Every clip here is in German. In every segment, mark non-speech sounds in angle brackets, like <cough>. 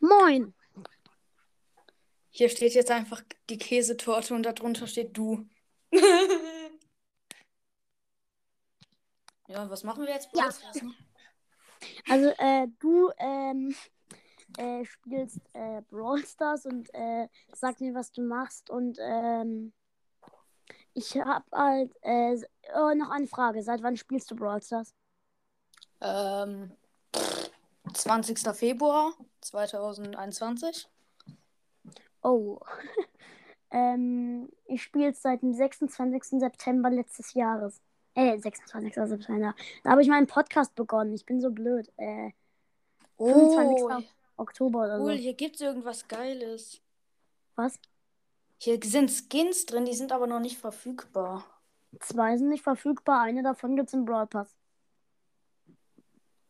Moin. Hier steht jetzt einfach die Käsetorte und darunter steht du. <laughs> ja, was machen wir jetzt? Ja. bloß? Also, äh, du ähm, äh, spielst äh, Brawl Stars und äh, sag mir, was du machst. Und ähm, ich hab halt äh, oh, noch eine Frage. Seit wann spielst du Brawl Stars? Ähm, 20. Februar 2021. Oh. <laughs> ähm, ich spiele es seit dem 26. September letztes Jahres. Äh, 26. September. Da habe ich meinen Podcast begonnen. Ich bin so blöd. Äh, Oh, 25. Oktober oder so. cool, hier gibt's irgendwas Geiles. Was? Hier sind Skins drin, die sind aber noch nicht verfügbar. Zwei sind nicht verfügbar. Eine davon gibt es im Brawl Pass.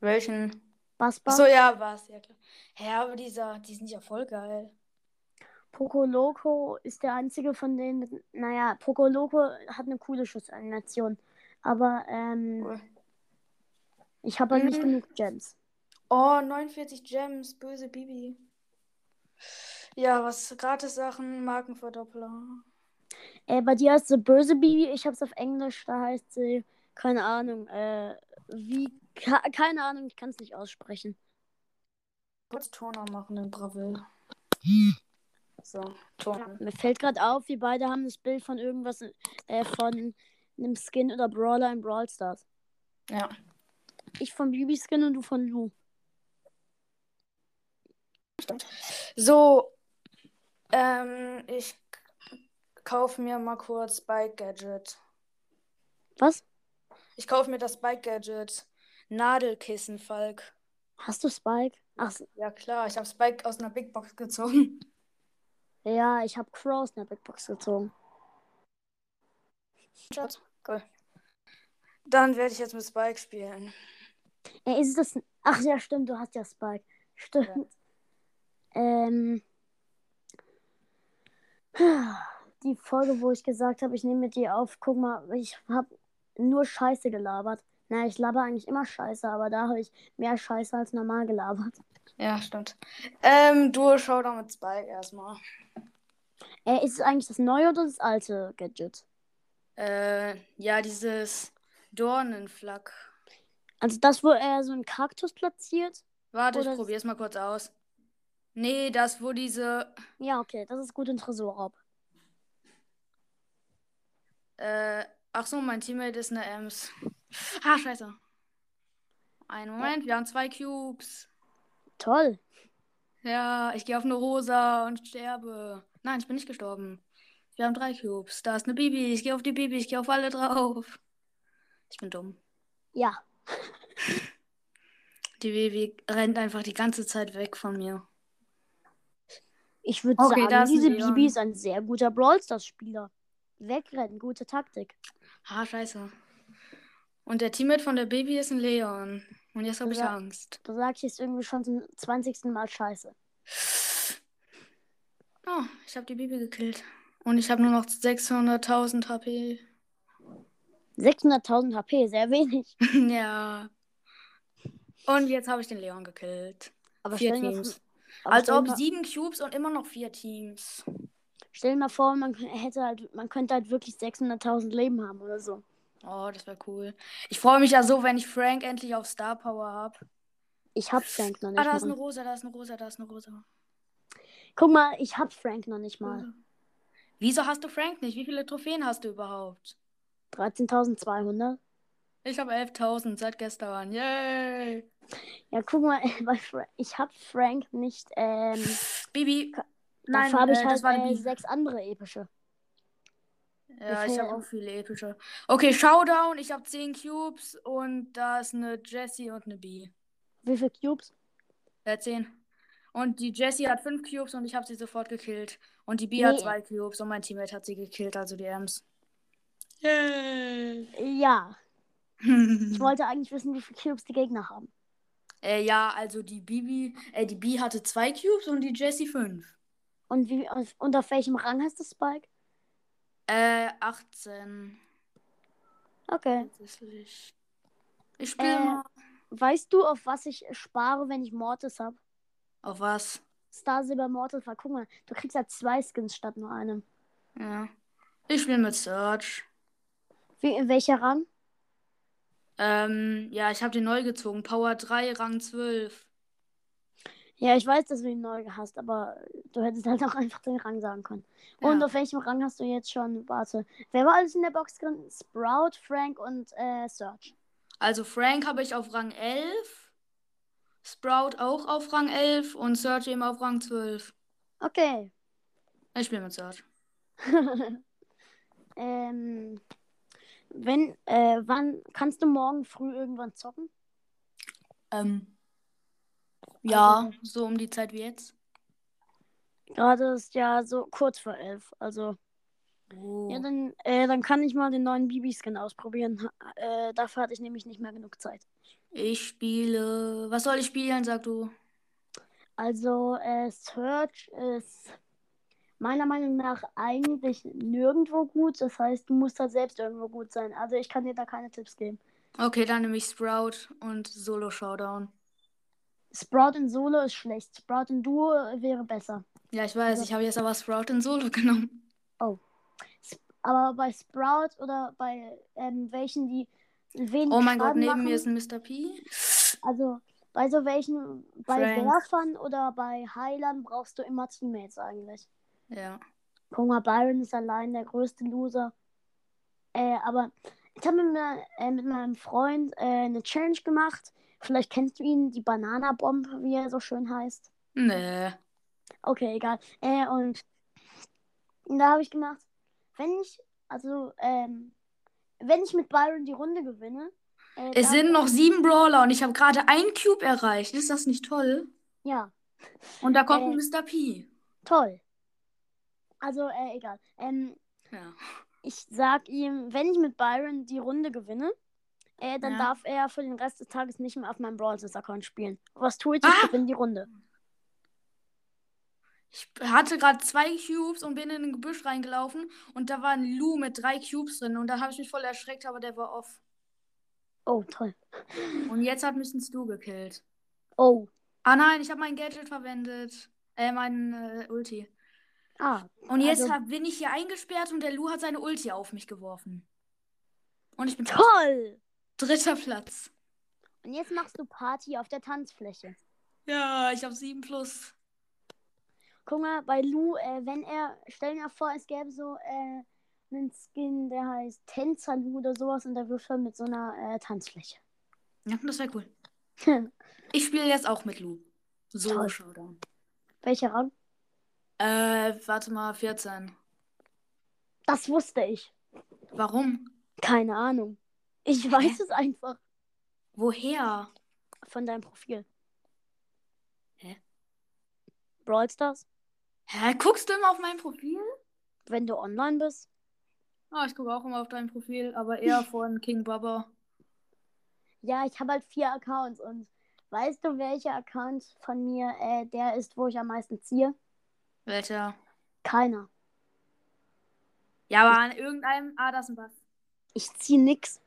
Welchen? Basbar, Achso, ja, war's, ja klar. Hä, aber dieser, die sind ja voll geil. Poco Loco ist der einzige von denen mit. Naja, Poco Loco hat eine coole Schussanimation. Aber ähm, Cool. ich habe halt nicht Mhm. genug Gems. Oh, 49 Gems, böse Bibi. Ja, was? Gratis-Sachen, Markenverdoppler. Äh, bei dir heißt sie böse Bibi, ich hab's auf Englisch, da heißt sie, keine Ahnung, äh, wie, ke- keine Ahnung, ich kann's nicht aussprechen. Kurz Turner machen in Bravel. So, Turner. Mir fällt gerade auf, wir beide haben das Bild von irgendwas, äh, von einem Skin oder Brawler in Brawl Stars. Ja. Ich von Bibi Skin und du von Lou. So, ähm, ich k- kauf mir mal kurz Bike Gadget. Was? Ich kauf mir das Bike Gadget. Nadelkissen, Falk. Hast du Spike? Ach, Ja klar, ich habe Spike aus einer Big Box gezogen. <laughs> ja, ich hab Crow aus der Big Box gezogen. Schatz. Cool. Dann werde ich jetzt mit Spike spielen. Äh, ist das, ach ja, stimmt, du hast ja Spike. Stimmt. Ähm. Die Folge, wo ich gesagt habe, ich nehme mit dir auf, guck mal, ich habe nur Scheiße gelabert. Na, ich laber eigentlich immer Scheiße, aber da habe ich mehr Scheiße als normal gelabert. Ja, stimmt. Ähm, Duo Showdown mit Spike erstmal. Äh, ist es eigentlich das neue oder das alte Gadget? Äh, ja, dieses Dornenflack. Also das, wo er so einen Kaktus platziert? Warte, Oder- ich probier's mal kurz aus. Nee, das, wo diese. Ja, okay, das ist gut in Tresorraub. Äh, ach so, mein Teammate ist eine Ems. Ah, scheiße. Einen Moment, wir haben zwei Cubes. Toll. Ja, ich gehe auf eine Rosa und sterbe. Nein, ich bin nicht gestorben. Wir haben drei Cubes. Da ist eine Bibi. Ich gehe auf die Bibi. Ich gehe auf alle drauf. Ich bin dumm. Ja. Die Bibi rennt einfach die ganze Zeit weg von mir. Ich würde Okay, sagen, da ist ein diese Leon. Bibi ist ein sehr guter Brawl Stars Spieler. Wegrennen, gute Taktik. Ah, scheiße. Und der Teammate von der Baby ist ein Leon. Und jetzt habe ich Ja. Angst. Da sage ich jetzt irgendwie schon zum 20. Mal Scheiße. Oh, ich habe die Baby gekillt. Und ich habe nur noch 600.000 HP. 600.000 HP, sehr wenig. <laughs> <laughs> ja. Und jetzt habe ich den Leon gekillt. Aber vier stell dir Teams. vor- aber Als stell ob mal, sieben Cubes und immer noch vier Teams. stell mal vor, man k- hätte halt, man könnte halt wirklich 600.000 Leben haben oder so. Oh, das wäre cool. Ich freue mich ja so, wenn ich Frank endlich auf Star Power habe. Ich hab Frank noch nicht Ah, da ist eine mal. Rosa, da ist eine Rosa, da ist eine Rosa. Guck mal, ich hab Frank noch nicht Mhm. mal. Wieso hast du Frank nicht? Wie viele Trophäen hast du überhaupt? 13.200. Ich habe 11.000 seit gestern. Yay! Ja, guck mal, <laughs> bei Fra- ich hab Frank nicht. Ähm, Bibi. dafür habe ich äh, halt das war eine äh, Bibi. sechs andere epische. Ja, ich fehlen- habe auch viele epische. Okay, Showdown. Ich habe 10 Cubes und da ist eine Jessie und eine Bee. Wie viele Cubes? Äh, 10. Und die Jessie hat 5 Cubes und ich habe sie sofort gekillt. Und die Bee Nee. hat 2 Cubes und mein Teammate hat sie gekillt, also die Ems. Yay! <laughs> Ja. Ich wollte eigentlich wissen, wie viele Cubes die Gegner haben. äh, ja, also die Bibi, äh, die Bee hatte 2 Cubes und die Jessie 5. Und wie, auf, und auf welchem Rang hast du Spike? Äh, 18. Okay. Tatsächlich. Ich spiele Äh. mal. Weißt du, auf was ich spare, wenn ich Mortis habe? Auf was? Star Silber Mortal Fall. Guck mal, du kriegst ja zwei Skins statt nur einem. Ja. Ich spiele mit Search. Wie, in welcher Rang? Ähm, ja, ich habe den neu gezogen. Power 3, Rang 12. Ja, ich weiß, dass du ihn neu hast, aber du hättest halt auch <laughs> einfach den Rang sagen können. Und Ja. auf welchem Rang hast du jetzt schon? Warte. Wer war alles in der Box drin? Sprout, Frank und äh, Search. Also Frank habe ich auf Rang 11. Sprout auch auf Rang 11 und Search eben auf Rang 12. Okay. Ich spiele mit Search. <laughs> ähm, wenn, äh, wann kannst du morgen früh irgendwann zocken? Ähm. ja. Ja, Also so um die Zeit wie jetzt. Gerade ist ja so kurz vor elf. Also, Oh. ja, dann, äh, dann kann ich mal den neuen Bibi-Skin ausprobieren. <laughs> Ha- Äh, dafür hatte ich nämlich nicht mehr genug Zeit. Ich spiele. Was soll ich spielen, sag du? Also, äh, Search ist meiner Meinung nach eigentlich nirgendwo gut. Das heißt, du musst da selbst irgendwo gut sein. Also, ich kann dir da keine Tipps geben. Okay, dann nehme ich Sprout und Solo Showdown. Sprout in Solo ist schlecht. Sprout in Duo wäre besser. Ja, ich weiß, ich habe jetzt aber Sprout in Solo <laughs> genommen. Sp- Aber bei Sprout oder bei ähm, welchen, die wenig Oh mein Gott, Schaden neben machen, mir ist ein Mr. P. also bei so welchen, bei Frank. Werfern oder bei Heilern brauchst du immer Teammates eigentlich. Ja. Guck mal, Byron ist allein der größte Loser. Äh, aber ich habe mit, meiner- äh, mit meinem Freund äh, eine Challenge gemacht. Vielleicht kennst du ihn, die Bananabomb, wie er so schön heißt. Nee. Okay, egal. Äh, und da habe ich gemacht, wenn ich, also, ähm, wenn ich mit Byron die Runde gewinne, äh, Es dann- sind noch sieben Brawler und ich habe gerade ein Cube erreicht. Ist das nicht toll? ja, Und da kommt Äh. ein Mr. P. toll. Also, äh, egal. Ähm, Ja. ich sag ihm, wenn ich mit Byron die Runde gewinne, äh, dann Ja. darf er für den Rest des Tages nicht mehr auf meinem Brawl Stars Account spielen. Was tue ich? Ich Ah! gewinne die Runde. Ich hatte gerade zwei Cubes und bin in ein Gebüsch reingelaufen und da war ein Lu mit drei Cubes drin und da habe ich mich voll erschreckt, aber der war off. Oh, toll. Und jetzt hat mich ein Stu gekillt. Oh, Ah nein, ich habe mein Gadget verwendet. Äh, mein äh, Ulti. ah, Und jetzt Also- hab, bin ich hier eingesperrt und der Lu hat seine Ulti auf mich geworfen. Und ich bin toll. dritter Platz. Und jetzt machst du Party auf der Tanzfläche. Ja, ich habe sieben plus. Guck mal, bei Lou, äh, wenn er, stell dir vor, es gäbe so äh, einen Skin, der heißt Tänzer Lou oder sowas und der wirft dann mit so einer äh, Tanzfläche. <laughs> Ja, das wäre cool. Ich spiele jetzt auch mit Lu. Solo Toll. Showdown. Welcher Rang? Äh, warte mal, 14. Das wusste ich. Warum? Keine Ahnung. Ich weiß es einfach Woher? von deinem Profil. Hä? Brawl Stars, Hä, guckst du immer auf mein Profil? wenn du online bist. Ah, ich gucke auch immer auf dein Profil, aber <laughs> eher von King Baba. Ja, ich habe halt vier Accounts und weißt du, welcher Account von mir äh, der ist, wo ich am meisten ziehe? Welcher? Keiner. Ja, aber an irgendeinem. Ah, das ist ein Bass. Ich ziehe nix.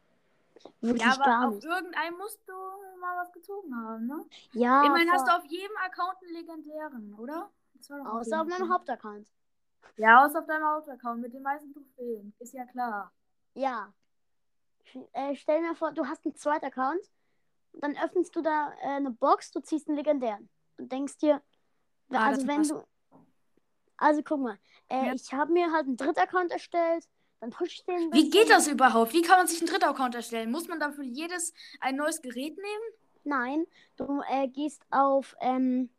Wirklich Ja, aber gar auf nicht. irgendeinem musst du mal was gezogen haben, ne? Ja, Immerhin aber- hast du auf jedem Account einen legendären, oder? Das war doch auf Außer auf jedem meinem Account. Hauptaccount. Ja, außer auf deinem Hauptaccount mit den meisten Trophäen. Ist ja klar. Ja. Äh, stell dir vor, du hast einen zweiten Account, dann öffnest du da äh, eine Box, du ziehst einen legendären und denkst dir, w- Ah, also das wenn passt. du. Also guck mal, äh, Ja. ich habe mir halt einen dritten Account erstellt, dann pushe ich den. ein Wie bisschen. geht das überhaupt? Wie kann man sich einen dritten Account erstellen? Muss man dann für jedes ein neues Gerät nehmen? Nein, du äh, gehst auf ähm,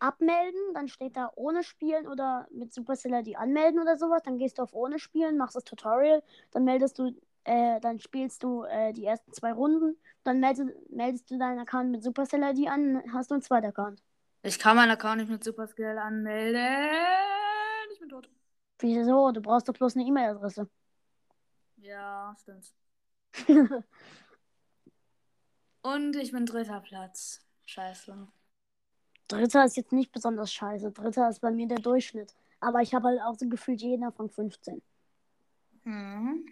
Abmelden, dann steht da ohne Spielen oder mit Supercell die anmelden oder sowas. Dann gehst du auf ohne Spielen, machst das Tutorial, dann meldest du, äh, dann spielst du äh, die ersten zwei Runden, dann meldest, meldest du deinen Account mit Supercell die an, dann hast du einen zweiten Account. Ich kann meinen Account nicht mit Superskill anmelden. Ich bin tot. Wieso? Du brauchst doch bloß eine E-Mail-Adresse. <laughs> Ja, stimmt. Und ich bin dritter Platz. Scheiße. Dritter ist jetzt nicht besonders scheiße. Dritter ist bei mir der Durchschnitt. Aber ich habe halt auch so gefühlt jeden von 15. Hm.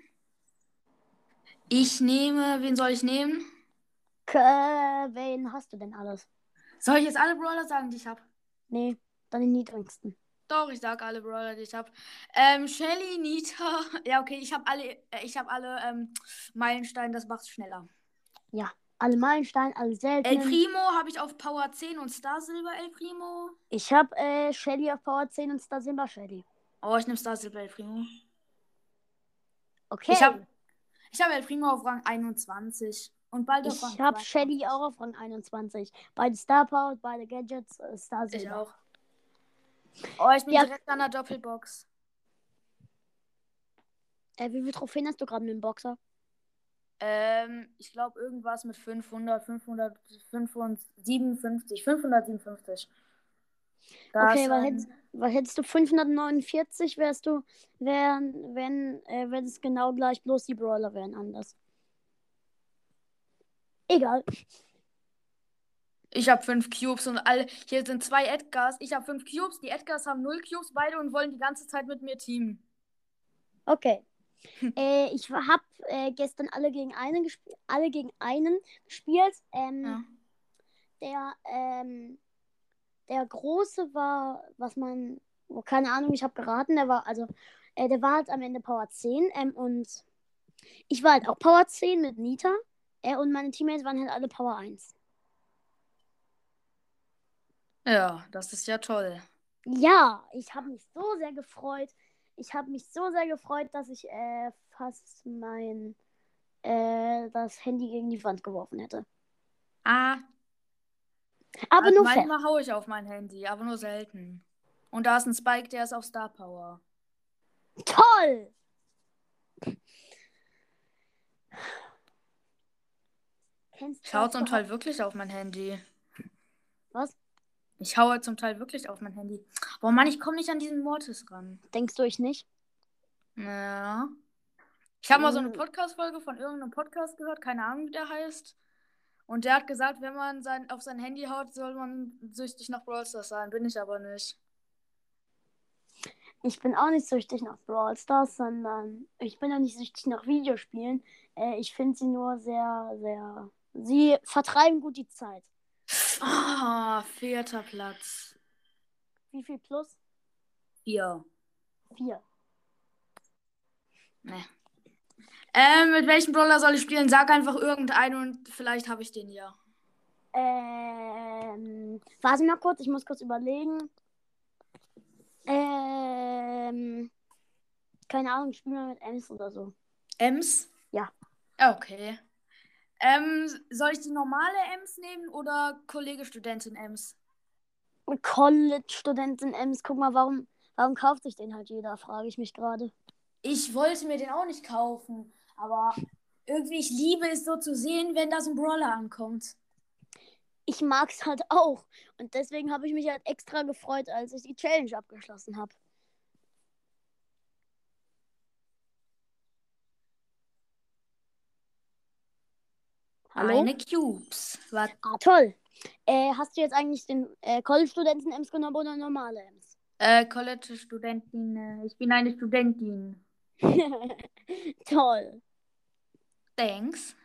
Ich nehme, wen soll ich nehmen? K äh, wen hast du denn alles? Soll ich jetzt alle Brawler sagen, die ich habe? Nee, dann den niedrigsten. Doch, ich sag alle Brawler, die ich hab. Ähm, Shelly, Nita. <laughs> Ja, okay, ich hab alle, äh, ich hab alle ähm, Meilensteine, das macht's schneller. Alle Meilensteine, alle El seltenen. Primo habe ich auf Power 10 und Star Silver El Primo. Ich hab äh, Shelly auf Power 10 und Star Silver Shelly. Oh, ich nehme Star Silver El Primo. Okay. Ich habe ich hab El Primo auf Rang 21 und bald auf Rang Ich habe 20. Shelly auch auf Rang 21. Beide Star Power, beide Gadgets, äh, Star Ich Silver. auch. Oh, ich bin Ja. direkt an der Doppelbox. Äh, wie viele Trophäen hast du gerade mit dem Boxer? Ähm, ich glaube irgendwas mit 500, 500, 557, 557. Das, Okay, was ähm, hättest, was hättest du? 549 wärst du, wären, wenn, äh, wenn es genau gleich, bloß die Brawler wären anders. Egal. Ich habe fünf Cubes und alle. Hier sind zwei Edgars. Ich habe fünf Cubes. Die Edgars haben null Cubes beide und wollen die ganze Zeit mit mir teamen. Okay. äh, ich habe äh, gestern alle gegen einen gespielt, alle gegen einen gespielt. Ähm, Ja. der, ähm, der große war, was man, oh, keine Ahnung, ich habe geraten, der war, also, äh, der war halt am Ende Power 10 ähm, und ich war halt auch Power 10 mit Nita äh, und meine Teammates waren halt alle Power 1. ja, das ist ja toll. Ja, ich habe mich so sehr gefreut. Ich habe mich so sehr gefreut, dass ich äh, fast mein äh, das Handy gegen die Wand geworfen hätte. Ah, Aber also nur fair. manchmal haue ich auf mein Handy, aber nur selten. Und da ist ein Spike, der ist auf Star Power. Toll! Kennst du Schaut das zum überhaupt? Teil wirklich auf mein Handy. Was? Ich haue zum Teil wirklich auf mein Handy. Boah, Mann, ich komme nicht an diesen Mortis ran. Denkst du ich nicht? Ja. Ich habe mal so eine Mm. Podcast-Folge von irgendeinem Podcast gehört, keine Ahnung, wie der heißt. Und der hat gesagt, wenn man sein, auf sein Handy haut, soll man süchtig nach Brawl Stars sein. Bin ich aber nicht. Ich bin auch nicht süchtig nach Brawl Stars, sondern ich bin auch nicht süchtig nach Videospielen. Äh, ich finde sie nur sehr, sehr. Sie vertreiben gut die Zeit. Ah, vierter Platz. Wie viel plus? Vier. Vier. Ne. Ähm, mit welchem Brawler soll ich spielen? Sag einfach irgendeinen und vielleicht habe ich den ja. Ähm, warte mal kurz, ich muss kurz überlegen. Ähm, keine Ahnung, ich spiele mal mit Ems oder so. Ems? Ja. Okay. Ähm, soll ich die normale Ems nehmen oder Kollege Studentin Ems? College-Studentin Ems, guck mal, warum, warum kauft sich den halt jeder, frage ich mich gerade. Ich wollte mir den auch nicht kaufen, aber irgendwie, ich liebe es so zu sehen, wenn da so ein Brawler ankommt. Ich mag's halt auch. Und deswegen habe ich mich halt extra gefreut, als ich die Challenge abgeschlossen habe. Hallo? Eine Cubes. Warte. Ah, toll. Äh, hast du jetzt eigentlich den äh, College-Studenten Ems genommen oder normale Ems? <laughs> Äh, College-Studentin. äh, Ich bin eine Studentin. toll. Thanks.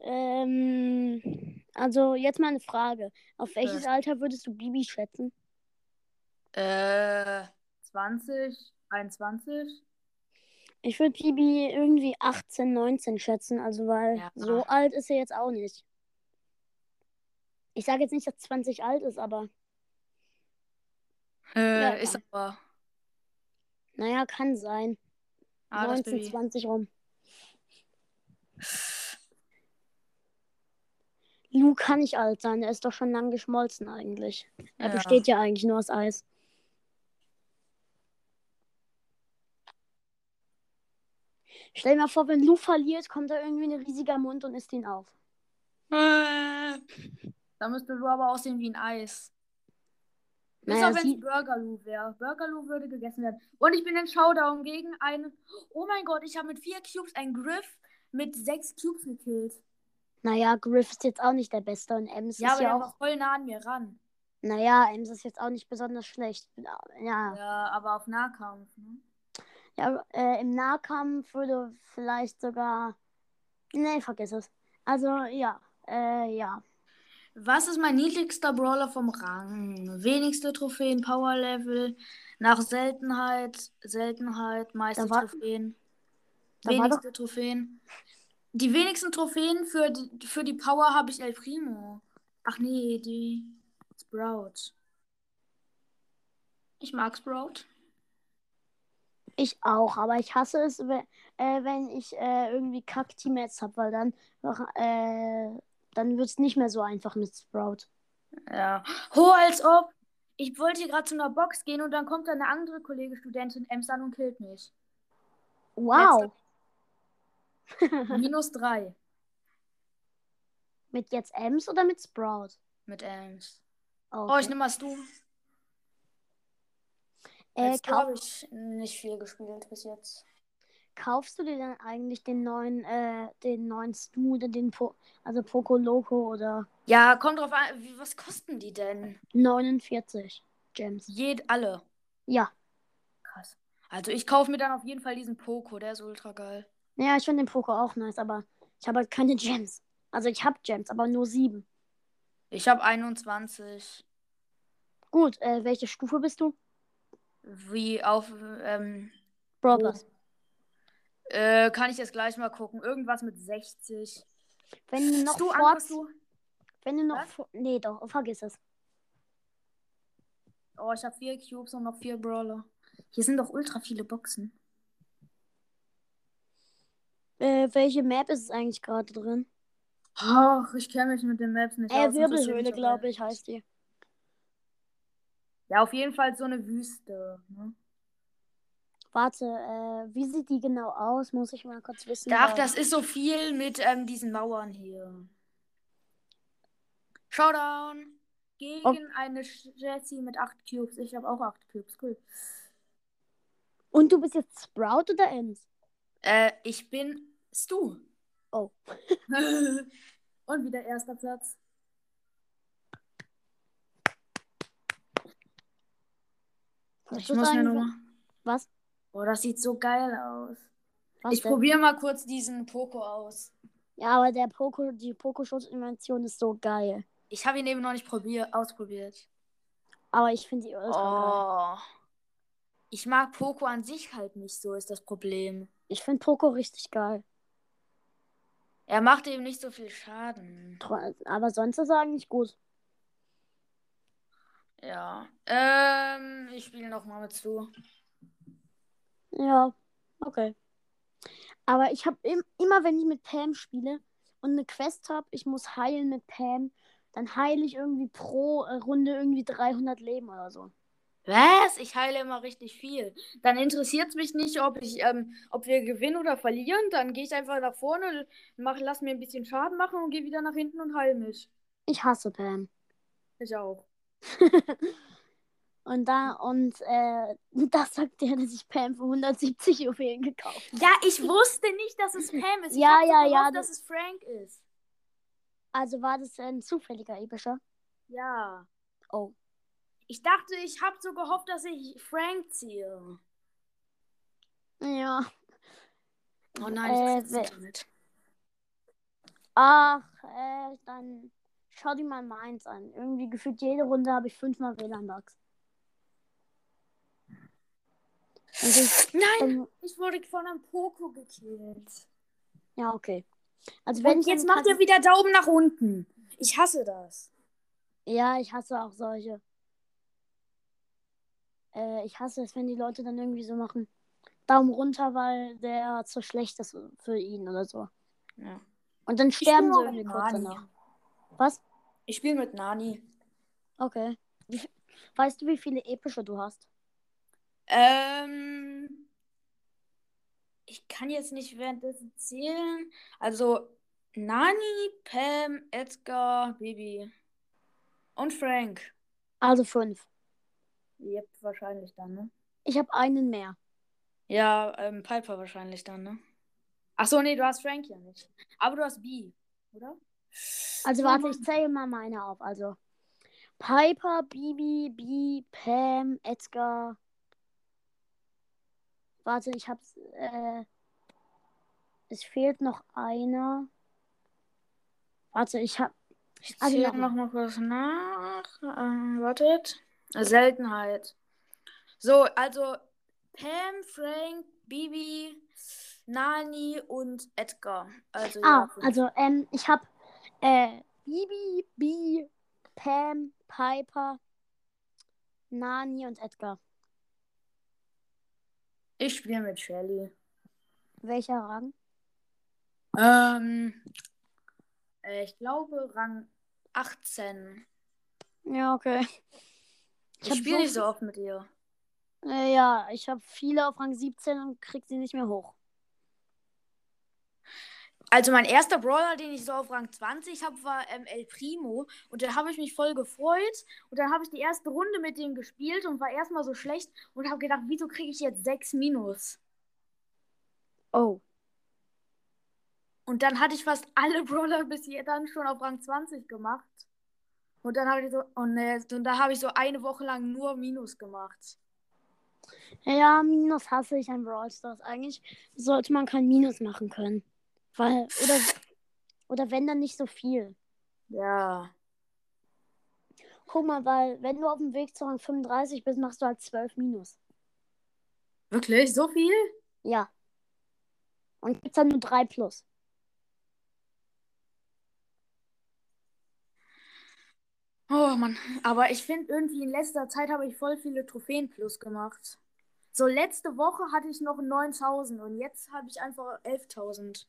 Ähm, also jetzt mal eine Frage. Auf welches Ja. Alter würdest du Bibi schätzen? Äh, 20, 21. Ich würde Bibi irgendwie 18, 19 schätzen, also weil Ja. so alt ist sie jetzt auch nicht. Ich sage jetzt nicht, dass 20 alt ist, aber Äh, Ja, ist aber. naja, kann sein. Ah, das 19, Baby. 20 rum. Hm. Lu kann nicht alt sein, er ist doch schon lang geschmolzen eigentlich. Er Ja. besteht ja eigentlich nur aus Eis. Stell dir mal vor, wenn Lu verliert, kommt da irgendwie ein riesiger Mund und isst ihn auf. Äh, Da müsste du aber aussehen wie ein Eis. Bis Naja, auf wenn sie- es Burgerloo wäre. Burgerloo würde gegessen werden. Und ich bin in Showdown gegen einen. Oh mein Gott, ich habe mit vier Cubes einen Griff mit sechs Cubes gekillt. Naja, Griff ist jetzt auch nicht der Beste und Ems Ja, ist aber ja der auch. war voll nah an mir ran. Naja, Ems ist jetzt auch nicht besonders schlecht. Ja, Ja, aber auf Nahkampf. Ne? ja äh, im Nahkampf würde vielleicht sogar. Nee, vergiss es. Also, ja. Äh, ja. Was ist mein niedrigster Brawler vom Rang? Wenigste Trophäen, Power Level, nach Seltenheit, Seltenheit, meiste Da war- Trophäen. da war wenigste Trophäen. Die wenigsten Trophäen für die, für die Power habe ich El Primo. Ach nee, die Sprout. Ich mag Sprout. Ich auch, aber ich hasse es, we- äh, wenn ich äh, irgendwie Kack-Teammates habe, weil dann, äh, dann wird es nicht mehr so einfach mit Sprout. Ja. Ho, als ob. Ich wollte hier gerade zu einer Box gehen und dann kommt da eine andere Kollege Studentin Ems an und killt <laughs> mich. Wow, Minus drei mit jetzt Ems oder mit Sprout? mit Ems. Okay. Oh, ich nehme mal Stu. äh, Stu kauf, habe ich nicht viel gespielt bis jetzt. kaufst du dir dann eigentlich den neuen, äh, den neuen Stu oder den po also Poco Loco oder Ja, kommt drauf an. Wie, was kosten die denn? 49 Gems? Jed alle. Ja. Krass. Also ich kaufe mir dann auf jeden Fall diesen Poco, der ist ultra geil. Naja, ich finde den Poco auch nice, aber ich habe halt keine Gems. Also ich habe Gems, aber nur sieben. Ich habe 21. Gut, äh, welche Stufe bist du? Wie auf ähm, Brawl Wo? Pass. Äh, kann ich jetzt gleich mal gucken. Irgendwas mit 60. Wenn du noch Hast du vor- Angst, du? Wenn du noch. Was? vor- Nee, doch, vergiss es. Oh, ich habe vier Cubes und noch vier Brawler. Hier sind doch ultra viele Boxen. Äh, welche Map ist es eigentlich gerade drin? Ach, ich kenne mich mit den Maps nicht Äh, aus. Wirbelhöhle, glaube ich, heißt die. Ja, auf jeden Fall so eine Wüste. Ne? Warte, äh, wie sieht die genau aus? Muss ich mal kurz wissen. Ach, weil- das ist so viel mit ähm, diesen Mauern hier. Showdown gegen Oh. eine Jessie mit 8 Cubes. Ich habe auch 8 Cubes, cool. Und du bist jetzt Sprout oder Ems? Äh, ich bin Stu. Oh. <laughs> Und wieder erster Platz. Hast du sagen- Was? Oh, das sieht so geil aus. Was ich denn? probiere mal kurz diesen Poco aus. Ja, aber der Poko, die Poko-Schuss-Invention ist so geil. Ich habe ihn eben noch nicht probier ausprobiert. Aber ich finde die ultra geil. Oh. Ich mag Poco an sich halt nicht so, ist das Problem. Ich finde Poko richtig geil. Er macht eben nicht so viel Schaden. Tro- Aber sonst ist er eigentlich gut. Ja. Ähm, ich spiele nochmal mit zu. Ja, okay. Aber ich habe im, immer, wenn ich mit Pam spiele und eine Quest habe, ich muss heilen mit Pam, dann heile ich irgendwie pro äh, Runde irgendwie 300 Leben oder so. Was? Ich heile immer richtig viel. Dann interessiert es mich nicht, ob ich, ähm, ob wir gewinnen oder verlieren. Dann gehe ich einfach nach vorne, mach, lass mir ein bisschen Schaden machen und gehe wieder nach hinten und heile mich. Ich hasse Pam. Ich auch. Und da, und äh, <laughs> das sagt der, dass ich Pam für 170 Juwelen gekauft Ja, ich wusste nicht, dass es Pam ist. Ich Ja, hab so ja, gehofft, ja, dass es Frank ist. Also war das ein zufälliger epischer? Ja. Oh. Ich dachte, ich habe so gehofft, dass ich Frank ziehe. Ja. Oh Äh, nein, ich wer- krieg's nicht. Ach, äh, dann schau dir mal meins an. Irgendwie gefühlt jede Runde habe ich fünfmal WLAN-Bugs. Und Also ich, Nein, dann, ich wurde von einem Poco gekillt. ja, okay. Also wenn Und ich jetzt dann macht er wieder Daumen nach unten. Ich hasse das. Ja, ich hasse auch solche. Äh, ich hasse es, wenn die Leute dann irgendwie so machen. Daumen runter, weil der zu schlecht ist für ihn oder so. Ja. Und dann sterben sie irgendwie kurz danach. Was? Ich spiele mit Nani. Okay. Wie, viel- weißt du, wie viele epische du hast? Ähm, ich kann jetzt nicht währenddessen zählen. Also Nani, Pam, Edgar, Baby und Frank. Also fünf. Yep, wahrscheinlich dann, ne? Ich habe einen mehr. Ja, ähm, Piper wahrscheinlich dann, ne? Achso, nee, du hast Frank ja nicht. Aber du hast B, oder? Also Oh warte, Mann. ich zähle mal meine auf. Also Piper, Bibi, Bee, Pam, Edgar. Warte, ich hab's. Äh, es fehlt noch einer. Warte, ich hab. Ich Also zähle noch noch, mal kurz nach. Ähm, wartet. Seltenheit. So, also Pam, Frank, Bibi, Nani und Edgar. Also, Ah, ja, fünf. also ähm, ich habe äh, Bibi, Bee, Pam, Piper, Nani und Edgar. ich spiele mit Shelly. Welcher Rang? Ähm, äh, ich glaube Rang 18. Ja, okay. Ich, hab spiele so nicht so oft mit ihr. Äh, ja, ich habe viele auf Rang 17 und krieg sie nicht mehr hoch. Also mein erster Brawler, den ich so auf Rang 20 habe, war ähm, El Primo. Und da habe ich mich voll gefreut. Und dann habe ich die erste Runde mit dem gespielt und war erstmal so schlecht und habe gedacht, wieso kriege ich jetzt 6 Minus? Oh. Und dann hatte ich fast <laughs> alle Brawler bis hier dann schon auf Rang 20 gemacht. Und dann habe ich so, oh ne, und da habe ich so eine Woche lang nur Minus gemacht. Ja, Minus hasse ich an Brawl Stars. Eigentlich sollte man kein Minus machen können. Weil, oder, oder wenn dann nicht so viel. Ja. Guck mal, weil wenn du auf dem Weg zu Rang 35 bist, machst du halt 12 Minus. Wirklich? So viel? Ja. Und gibt's dann nur 3 Plus. Oh Mann, aber ich finde irgendwie in letzter Zeit habe ich voll viele Trophäen plus gemacht. So letzte Woche hatte ich noch 9000 und jetzt habe ich einfach 11000.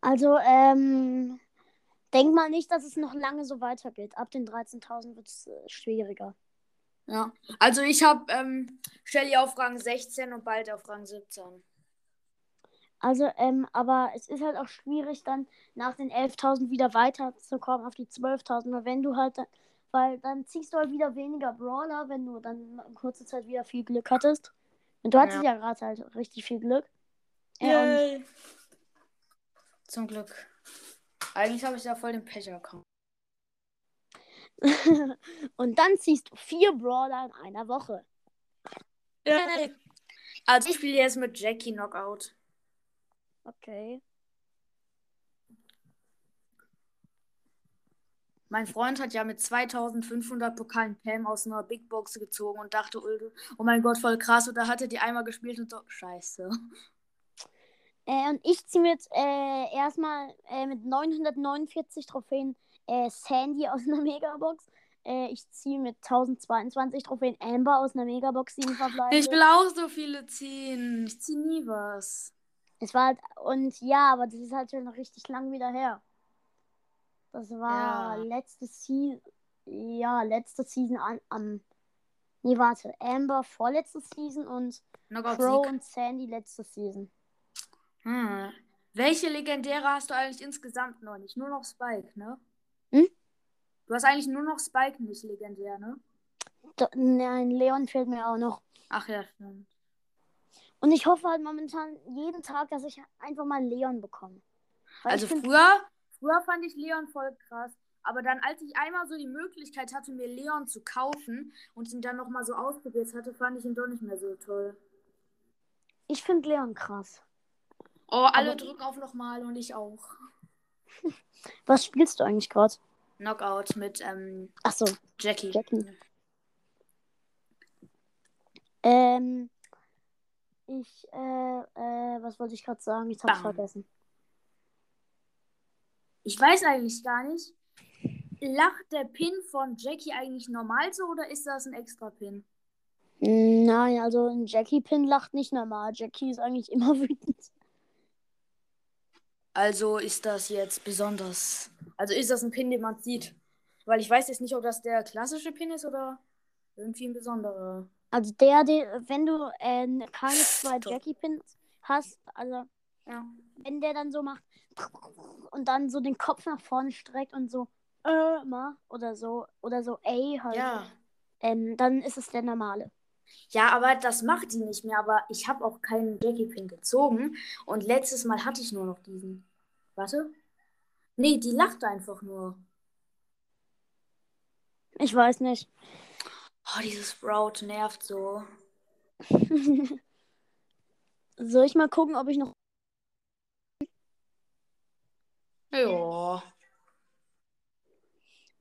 Also, ähm, denk mal nicht, dass es noch lange so weitergeht. Ab den 13.000 wird's äh, schwieriger. Ja, also ich habe ähm, Shelly auf Rang 16 und bald auf Rang 17. Also, ähm, aber es ist halt auch schwierig, dann nach den 11.000 wieder weiterzukommen auf die 12.000. Weil wenn du halt, dann- weil dann ziehst du halt wieder weniger Brawler, wenn du dann in kurzer Zeit wieder viel Glück hattest. Und du hattest ja, gerade halt richtig viel Glück. Äh, und Yay. Zum Glück. Eigentlich habe ich da voll den Pech-Account. <laughs> und dann ziehst du vier Brawler in einer Woche. Also ich spiele jetzt mit Jackie Knockout. Okay. Mein Freund hat ja mit 2500 Pokalen Pam aus einer Big Box gezogen und dachte, oh oh mein Gott, voll krass. Und da hat er die einmal gespielt und so, scheiße. Äh, und ich ziehe mir jetzt äh, erstmal äh, mit 949 Trophäen äh, Sandy <laughs> aus einer Megabox. Äh, ich ziehe mit 1022 Trophäen Amber aus einer Megabox, die ich verbleibe. Ich will auch so viele ziehen. Ich ziehe nie was. Es war halt, und ja, aber das ist halt schon noch richtig lang wieder her. Das war Ja. letzte Season, ja, letzte Season an, am, nee, warte, Amber vorletzte Season und Crow Knockout-Sieg. und Sandy letzte Season. Hm. Welche Legendäre hast du eigentlich insgesamt noch nicht? Nur noch Spike, ne? Hm? Du hast eigentlich nur noch Spike nicht legendär, ne? Da, nein, Leon fehlt mir auch noch. Ach ja, stimmt. Und ich hoffe halt momentan jeden Tag, dass ich einfach mal Leon bekomme. Weil Also ich find, früher, früher fand ich Leon voll krass. Aber dann, als ich einmal so die Möglichkeit hatte, mir Leon zu kaufen und ihn dann nochmal so ausprobiert hatte, fand ich ihn doch nicht mehr so toll. ich finde Leon krass. Oh, alle Aber- drücken auf nochmal und ich auch. Was spielst du eigentlich gerade? Knockout mit ähm, Achso, Jackie. Jackie. ähm, ich, äh, äh, was wollte ich gerade sagen? Ich hab's Bam. vergessen. Ich weiß eigentlich gar nicht. Lacht der Pin von Jackie eigentlich normal so oder ist das ein extra Pin? Nein, also ein Jackie-Pin lacht nicht normal. Jackie ist eigentlich immer <laughs> wütend. Also ist das jetzt besonders. Also ist das ein Pin, den man sieht? Weil ich weiß jetzt nicht, ob das der klassische Pin ist oder irgendwie ein besonderer. Also der, der wenn du äh, keine zwei So. Jackie-Pins hast, also Ja. wenn der dann so macht und dann so den Kopf nach vorne streckt und so äh, ma, oder so oder so ey halt, Ja. ähm, dann ist es der normale. Ja, aber das macht die nicht mehr. Aber ich habe auch keinen Jackie Pin gezogen. Und letztes Mal hatte ich nur noch diesen. Warte. Nee, die lacht einfach nur. Ich weiß nicht. <laughs> Oh, dieses Sprout nervt so. Soll ich mal gucken, ob ich noch Ja.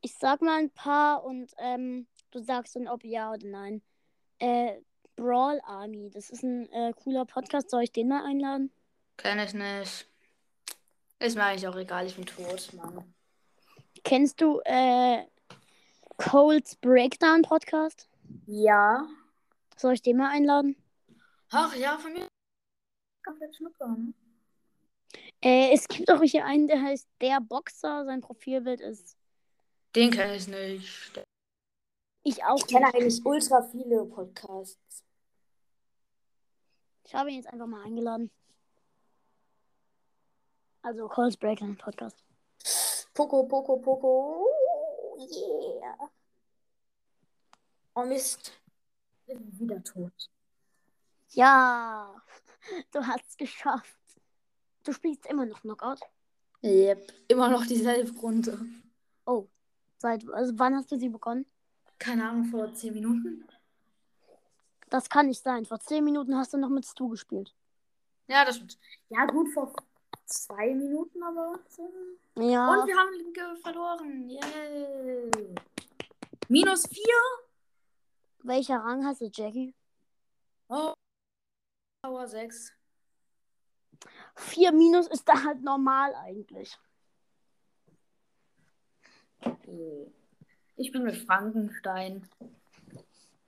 Ich sag mal ein paar und ähm, du sagst dann, ob ja oder nein. Äh, Brawl Army, das ist ein äh, cooler Podcast. Soll ich den mal einladen? Kenn ich nicht. Ist mir eigentlich auch egal, ich bin tot, Mann. Kennst du äh, Coles Breakdown Podcast? Ja. Soll ich den mal einladen? Ach ja, von mir. Komplett ne? schnuckern. Äh, es gibt auch hier einen, der heißt Der Boxer. Sein Profilbild ist Den kenne ich nicht. ich auch Ich kenne nicht. eigentlich ultra viele Podcasts. Ich habe ihn jetzt einfach mal eingeladen. Also Coles Breakdown Podcast. Poco, Poco, Poco. Oh, Yeah. Oh Mist. Ich bin wieder tot. Ja, <laughs> du hast es geschafft. Du spielst immer noch Knockout. Yep. Immer noch dieselbe Runde. Oh, seit also wann hast du sie begonnen? Keine Ahnung, vor 10 Minuten? Das kann nicht sein. Vor 10 Minuten hast du noch mit Stu gespielt. Ja, das stimmt. Ja, gut, vor zwei Minuten aber. so. Ja, Und wir haben ge- verloren. Yay. Minus 4. welcher Rang hast du, Jackie? Oh. Power 6. 4 minus ist da halt normal eigentlich. Ich bin mit Frankenstein.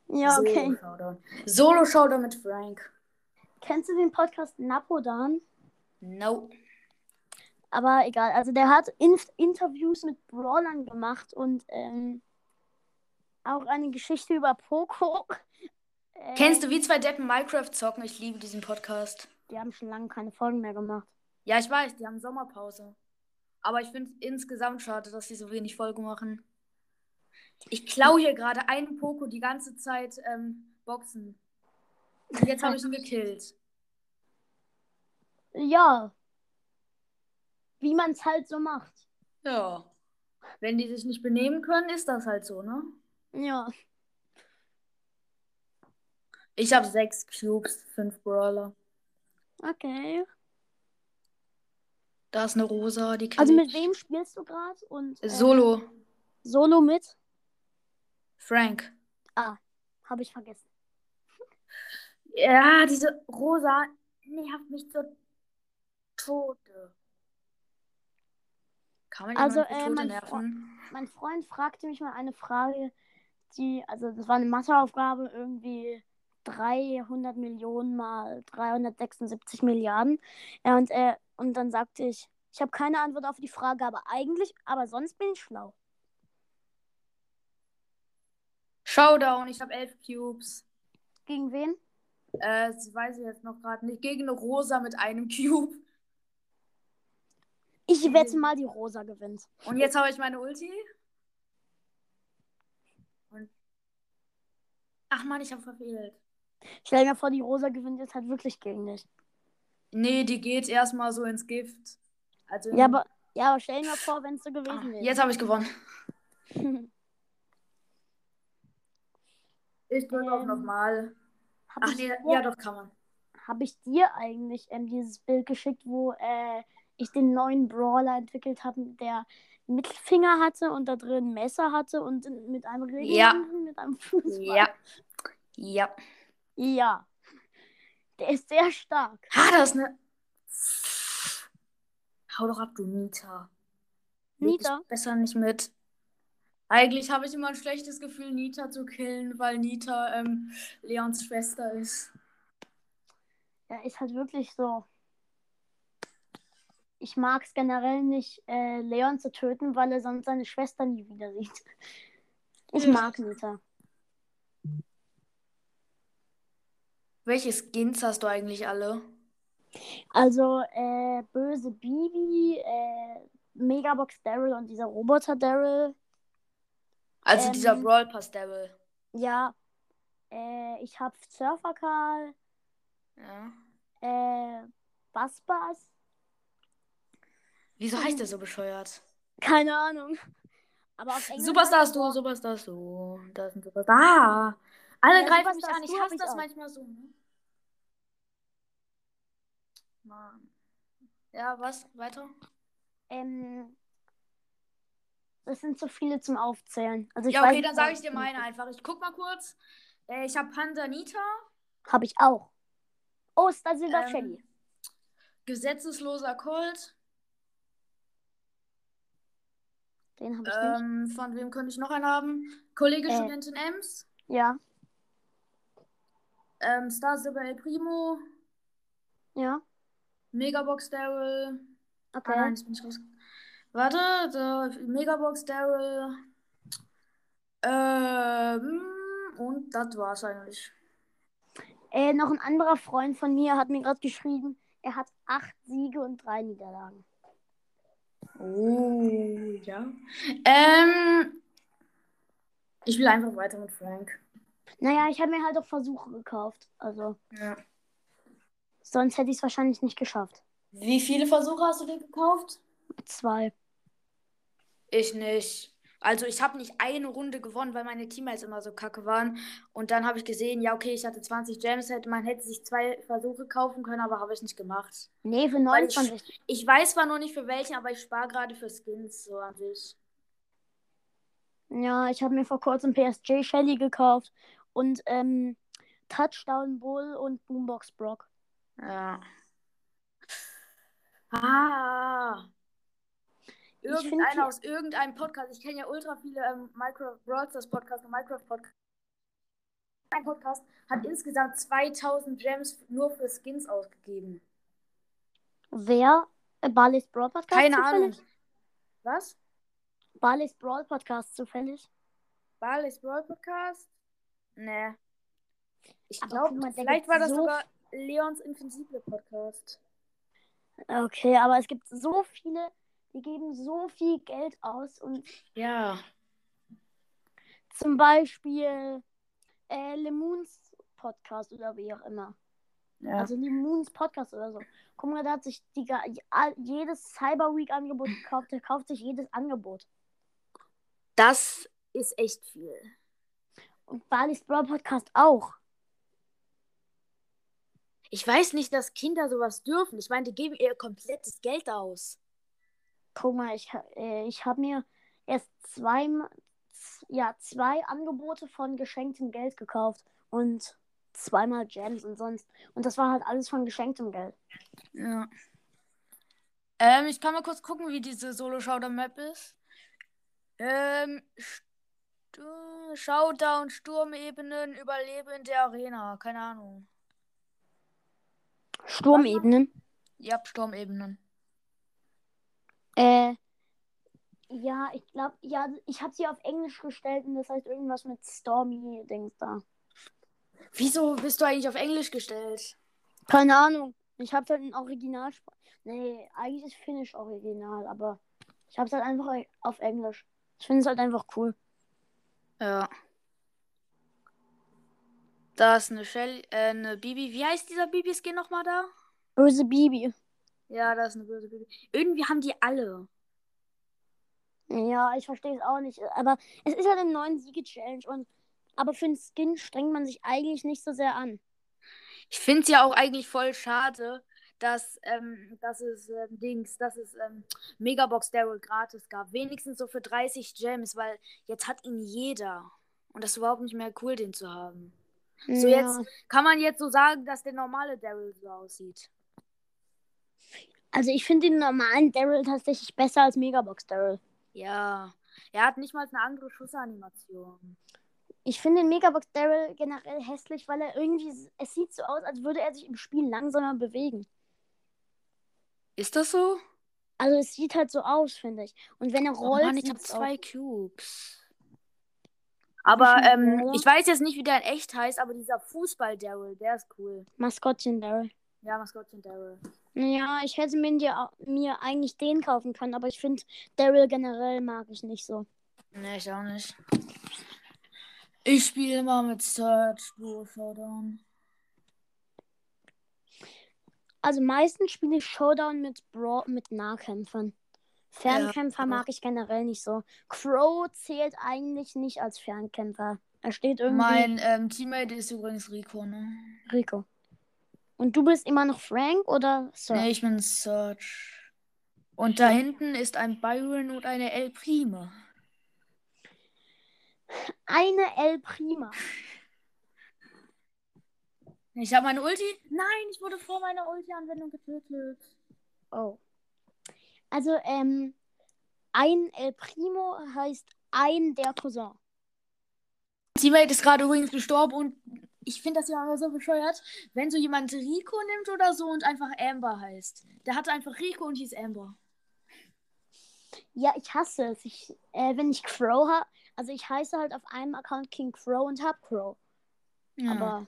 Ja, okay. Solo-Showdown. Solo-Showdown mit Frank. Kennst du den Podcast Napodan? No. Aber egal, also der hat Inf Interviews mit Brawlern gemacht und ähm, auch eine Geschichte über Poco. Äh, Kennst du wie zwei Deppen Minecraft zocken? Ich liebe diesen Podcast. Die haben schon lange keine Folgen mehr gemacht. Ja, ich weiß, die haben Sommerpause. Aber ich finde insgesamt schade, dass sie so wenig Folgen machen. Ich klaue hier gerade einen Poko die ganze Zeit ähm, Boxen. Und jetzt habe ich ihn gekillt. Ja. Wie man es halt so macht. Ja. Wenn die sich nicht benehmen können, ist das halt so, ne? Ja. Ich habe sechs Cubes, fünf Brawler. Okay. Da ist eine Rosa, die Also mit wem spielst du gerade? Und äh, Solo. Solo mit? Frank. Habe ich vergessen. Ja, diese Rosa nervt mich zu Tode. Kann man Also, jemanden äh, zu Tode mein nerven? Mein Freund fragte mich mal eine Frage, die, also das war eine Matheaufgabe, irgendwie 300 Millionen mal 376 Milliarden. Ja, und, äh, und dann sagte ich, ich habe keine Antwort auf die Frage, aber eigentlich, aber sonst bin ich schlau. Showdown, ich habe elf Cubes. Gegen wen? Äh, das weiß ich jetzt noch gerade nicht. Gegen eine Rosa mit einem Cube. Ich wette mal, die Rosa gewinnt. Und jetzt habe ich meine Ulti. Und... Ach man, ich habe verfehlt. Stell mir vor, die Rosa gewinnt jetzt halt wirklich gegen dich. Nee, die geht erstmal so ins Gift. Also Ja, aber, ja, aber stell dir mal vor, wenn es so Ah, gewesen wäre. jetzt habe ich gewonnen. <laughs> Ich drücke auch Ähm. nochmal. Hab Ach ich, nee, dir- ja doch kann man. hab ich dir eigentlich ähm, dieses Bild geschickt, wo äh, ich den neuen Brawler entwickelt habe, der einen Mittelfinger hatte und da drin ein Messer hatte und in- mit einem Regen, Ja. mit einem Fußball. Ja. Ja. Ja. Der ist sehr stark. Ah, das ist eine. Hau doch ab, du Nita. Leg dich Nita? Besser nicht mit. Eigentlich habe ich immer ein schlechtes Gefühl, Nita zu killen, weil Nita ähm, Leons Schwester ist. Er ist halt wirklich so. Ich mag es generell nicht, äh, Leon zu töten, weil er sonst seine Schwester nie wieder sieht. Ich Ja. mag Nita. Welche Skins hast du eigentlich alle? Also, äh, böse Bibi, äh, Megabox Daryl und dieser Roboter Daryl. Also Ähm. dieser Brawl Pass Devil. Ja, äh, ich hab Surfer Karl, Ja. äh, Bass Bass. Wieso <laughs> heißt der so bescheuert? Keine Ahnung. Aber auf Englisch. Superstar ist du, Superstar ist du. Da ist ein Superstar. Ah! Alle Ja, greifen mich Superstar an. ist Ich du, hab hasse ich das auch. manchmal so. Ne? Mann. Ja, was? Weiter? Ähm, Das sind zu viele zum Aufzählen. Also ich ja, okay, weiß, dann sage ich dir meine einfach. Ich guck mal kurz. Äh, ich habe Pandanita, Habe ich auch. Oh, Star Silver Ähm, Shelly. gesetzesloser Colt. Den habe ich nicht. Ähm, von wem könnte ich noch einen haben? Kollege Äh. Studentin Ems. Ja, Ähm, Star Silver El Primo. ja. Megabox Daryl. Ah, Okay. nein, ich bin nicht raus. Warte, da, Megabox Daryl. Ähm, und das war's eigentlich. Äh, noch ein anderer Freund von mir hat mir gerade geschrieben, er hat acht Siege und drei Niederlagen. Oh, ja. Ähm, ich will einfach weiter mit Frank. Naja, ich habe mir halt auch Versuche gekauft. Also, Ja. sonst hätte ich es wahrscheinlich nicht geschafft. Wie viele Versuche hast du dir gekauft? Zwei. Ich nicht. Also ich habe nicht eine Runde gewonnen, weil meine Teammates immer so kacke waren. Und dann habe ich gesehen, ja, okay, ich hatte 20 Gems, hätte, man hätte sich zwei Versuche kaufen können, aber habe ich nicht gemacht. Nee, für Weil ich- 29. Ich weiß zwar noch nicht für welchen, aber ich spare gerade für Skins so an sich. Ja, ich habe mir vor kurzem PSG Shelly gekauft und ähm, Touchdown Bull und Boombox Brock. Ja. Ah. Ich find die- Irgendeiner aus irgendeinem Podcast. Ich kenne ja ultra viele ähm, Minecraft Brawl Stars Podcast und Minecraft Podcast. Ein Podcast hat insgesamt 2000 Gems nur für Skins ausgegeben. Wer? Äh, Barley's Brawl Podcast? Keine zufällig? Ahnung. Was? Barley's Brawl Podcast zufällig. Barley's Brawl Podcast? Nee. Ich Aber glaube, guck mal, da vielleicht gibt's war das so sogar Leons Invincible Podcast. Okay, aber es gibt so viele, die geben so viel Geld aus und Ja. Zum Beispiel äh, Lemons Podcast oder wie auch immer. ja. Also Lemons Podcast oder so. Guck mal, da hat sich die, ga- all- jedes Cyber Week Angebot gekauft. Der kauft sich jedes Angebot. das ist echt viel. Und Barley's Brawl Podcast auch. Ich weiß nicht, dass Kinder sowas dürfen. Ich meine, die geben ihr komplettes Geld aus. Guck mal, ich, ha- äh, ich habe mir erst zwei, ja, zwei Angebote von geschenktem Geld gekauft und zweimal Gems und sonst. Und das war halt alles von geschenktem Geld. Ja. Ähm, ich kann mal kurz gucken, wie diese Solo-Showdown-Map ist. Ähm, Stu- Showdown, Sturmebenen, Überleben in der Arena. Keine Ahnung. Sturmebenen. Ja, Sturmebenen. Äh, ja, ich glaube, ja, ich habe sie auf Englisch gestellt und das heißt irgendwas mit Stormy-Dings da. Wieso bist du eigentlich auf Englisch gestellt? Keine Ahnung. Ich habe halt ein Originalsprache. Nee, eigentlich ist Finnisch original, aber ich habe es halt einfach auf Englisch. Ich finde es halt einfach cool. Ja. Da ist eine Shelly, äh, eine Bibi. Wie heißt dieser Bibi-Skin nochmal da? Böse Bibi. Ja, das ist eine böse Bibi. Irgendwie haben die alle. Ja, ich verstehe es auch nicht. Aber es ist halt im neuen Siege-Challenge und aber für den Skin strengt man sich eigentlich nicht so sehr an. Ich finde es ja auch eigentlich voll schade, dass, ähm, dass es ähm, Dings, dass es ähm, Megabox Daryl gratis gab. Wenigstens so für 30 Gems, weil jetzt hat ihn jeder. Und das ist überhaupt nicht mehr cool, den zu haben. So ja. jetzt kann man jetzt so sagen, dass der normale Daryl so aussieht. Also ich finde den normalen Daryl tatsächlich besser als Megabox Daryl. Ja. Er hat nicht mal eine andere Schussanimation. Ich finde den Megabox Daryl generell hässlich, weil er irgendwie, es sieht so aus, als würde er sich im Spiel langsamer bewegen. Ist das so? Also es sieht halt so aus, finde ich. Und wenn er Oh rollt, Mann, ich sieht's habe aus. zwei Cubes. Aber Bisschen ähm, schneller. ich weiß jetzt nicht, wie der in echt heißt, aber dieser Fußball-Daryl, der ist cool. Maskottchen Daryl. Ja, Maskottchen Daryl. Naja, ich hätte mir, die, mir eigentlich den kaufen können, aber ich finde Daryl generell mag ich nicht so. Nee, ich auch nicht. Ich spiele immer mit Search Duo Showdown. Also meistens spiele ich Showdown mit Bra mit Nahkämpfern. Fernkämpfer Ja. genau. mag ich generell nicht so. Crow zählt eigentlich nicht als Fernkämpfer. Er steht irgendwie Mein ähm, Teammate ist übrigens Rico, ne? Rico. Und du bist immer noch Frank oder Sir? Nee, ich bin Search. Und da hinten ist ein Byron und eine El Prime. Eine El Prima. Ich habe meine Ulti. Nein, ich wurde vor meiner Ulti-Anwendung getötet. Oh. Also, ähm, ein El Primo heißt ein der Cousin. Teammate ist gerade übrigens gestorben und ich finde das ja immer so bescheuert, wenn so jemand Rico nimmt oder so und einfach Amber heißt. Der hatte einfach Rico und hieß Amber. Ja, ich hasse es. Ich, äh, wenn ich Crow habe, also ich heiße halt auf einem Account King Crow und hab Crow. Ja. Aber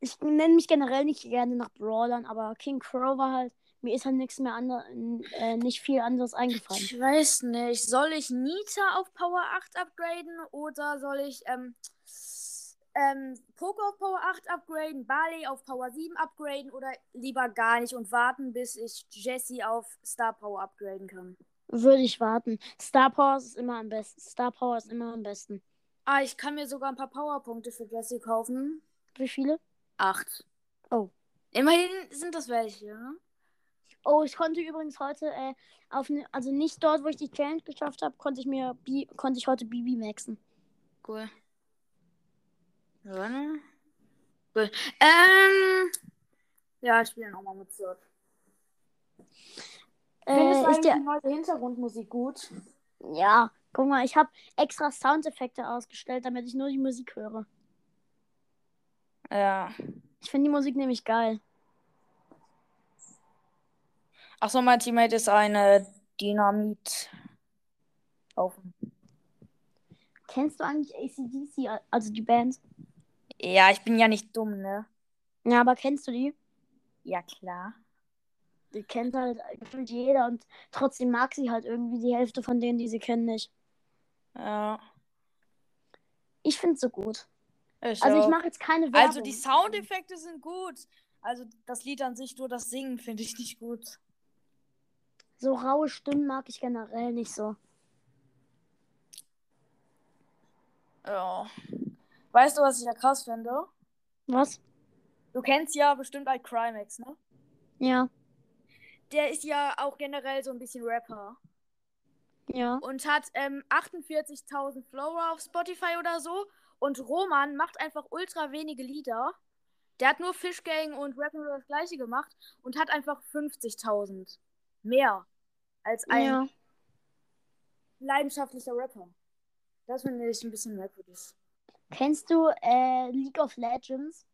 ich nenne mich generell nicht gerne nach Brawlern, aber King Crow war halt, mir ist halt nichts mehr ander, n- äh, nicht viel anderes eingefallen. Ich weiß nicht. Soll ich Nita auf Power 8 upgraden oder soll ich ähm, ähm, Poco auf Power 8 upgraden, Barley auf Power 7 upgraden oder lieber gar nicht und warten, bis ich Jessie auf Star Power upgraden kann? Würde ich warten. Star Power ist immer am besten. Star Power ist immer am besten. Ah, ich kann mir sogar ein paar Powerpunkte für Jessie kaufen. Wie viele? Acht. Oh. Immerhin sind das welche. Oh, ich konnte übrigens heute äh, auf ne, also nicht dort, wo ich die Challenge geschafft habe, konnte ich mir Bi konnte ich heute Bibi maxen. Cool. Ja, ne? Cool. Ähm. Ja, ich spiele nochmal mit Sir. Findest du Äh, ich eigentlich dir, die neue Hintergrundmusik gut? ja, guck mal, ich habe extra Soundeffekte ausgestellt, damit ich nur die Musik höre. Ja. Ich finde die Musik nämlich geil. Achso, mein Teammate ist eine Dynamit. Offen. Kennst du eigentlich ACDC, also die Band? Ja, ich bin ja nicht dumm, ne? Ja, aber kennst du die? Ja, klar. Die kennt halt gefühlt jeder und trotzdem mag sie halt irgendwie die Hälfte von denen, die sie kennen, nicht. Ja. Ich finde so gut. Ich Also ich auch. mache jetzt keine Werbung. also die Soundeffekte sind gut. Also das Lied an sich, nur das Singen finde ich nicht gut. So raue Stimmen mag ich generell nicht so. Ja. Weißt du, was ich ja krass finde? Was? Du kennst ja bestimmt halt Crimex, ne? Ja, Der ist ja auch generell so ein bisschen Rapper. ja. Und hat ähm, 48.000 Follower auf Spotify oder so. Und Roman macht einfach ultra wenige Lieder. Der hat nur Fish Gang und Rappen oder das gleiche gemacht und hat einfach 50.000. Mehr als ein ja. leidenschaftlicher Rapper. Das finde ich ein bisschen merkwürdig. Kennst du äh, League of Legends?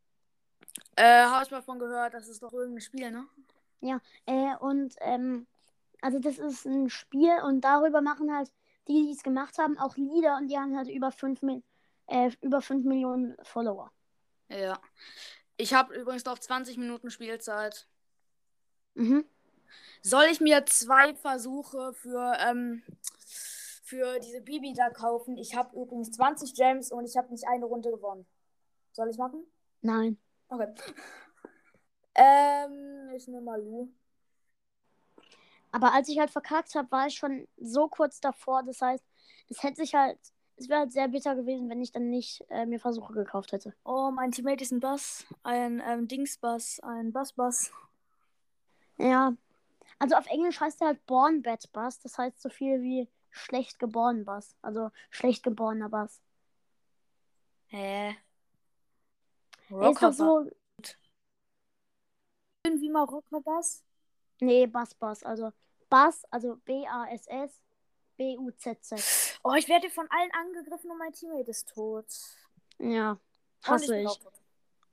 Äh, habe ich mal von gehört, das ist doch irgendein Spiel, ne? Äh, und ähm, also das ist ein Spiel und darüber machen halt die, die es gemacht haben, auch Lieder und die haben halt über 5, äh, über 5 Millionen Follower. Ja. Ich habe übrigens noch 20 Minuten Spielzeit. Mhm. Soll ich mir zwei Versuche für, ähm, für diese Bibi da kaufen? Ich habe übrigens 20 Gems und ich habe nicht eine Runde gewonnen. Soll ich machen? Nein. Okay. <laughs> Ähm, ich nehme mal Lu. Aber als ich halt verkackt habe, war ich schon so kurz davor. Das heißt, es hätte sich halt, es wäre halt sehr bitter gewesen, wenn ich dann nicht äh, mir Versuche gekauft hätte. Oh, mein Teammate ist ein Bass. Ein ähm, Dingsbass. Ein Bassbass. Ja. Also auf Englisch heißt er halt Born Bad Bass. Das heißt so viel wie schlecht geboren Bass. Also schlecht geborener Bass. Hä? Er ist Rocker doch so. irgendwie mal Rockerbass? Nee, Bass Bass. Also Bass, also B-A-S-S, B-U-Z-Z. Oh, ich werde von allen angegriffen und mein Teammate ist tot. Ja. und Hasse bin auch ich. tot.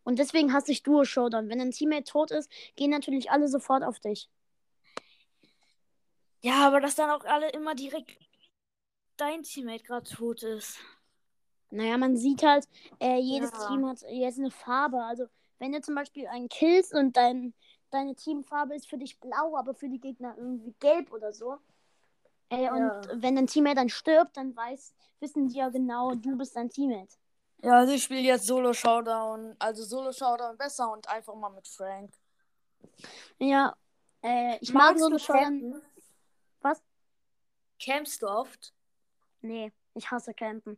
Und deswegen hasse ich Duo Showdown. Wenn ein Teammate tot ist, gehen natürlich alle sofort auf dich. Ja, aber dass dann auch alle immer direkt dein Teammate gerade tot ist. Naja, man sieht halt, äh, jedes Ja. Team hat jetzt eine Farbe. Also, wenn du zum Beispiel einen killst und dein, deine Teamfarbe ist für dich blau, aber für die Gegner irgendwie gelb oder so. Äh, Ja. Und wenn dein Teammate dann stirbt, dann weiß, wissen die ja genau, du bist dein Teammate. Ja, also ich spiele jetzt Solo Showdown, also Solo Showdown besser und einfach mal mit Frank. Ja, äh, ich mag so eine Scheuern. Was? Campst du oft? Nee, ich hasse Campen.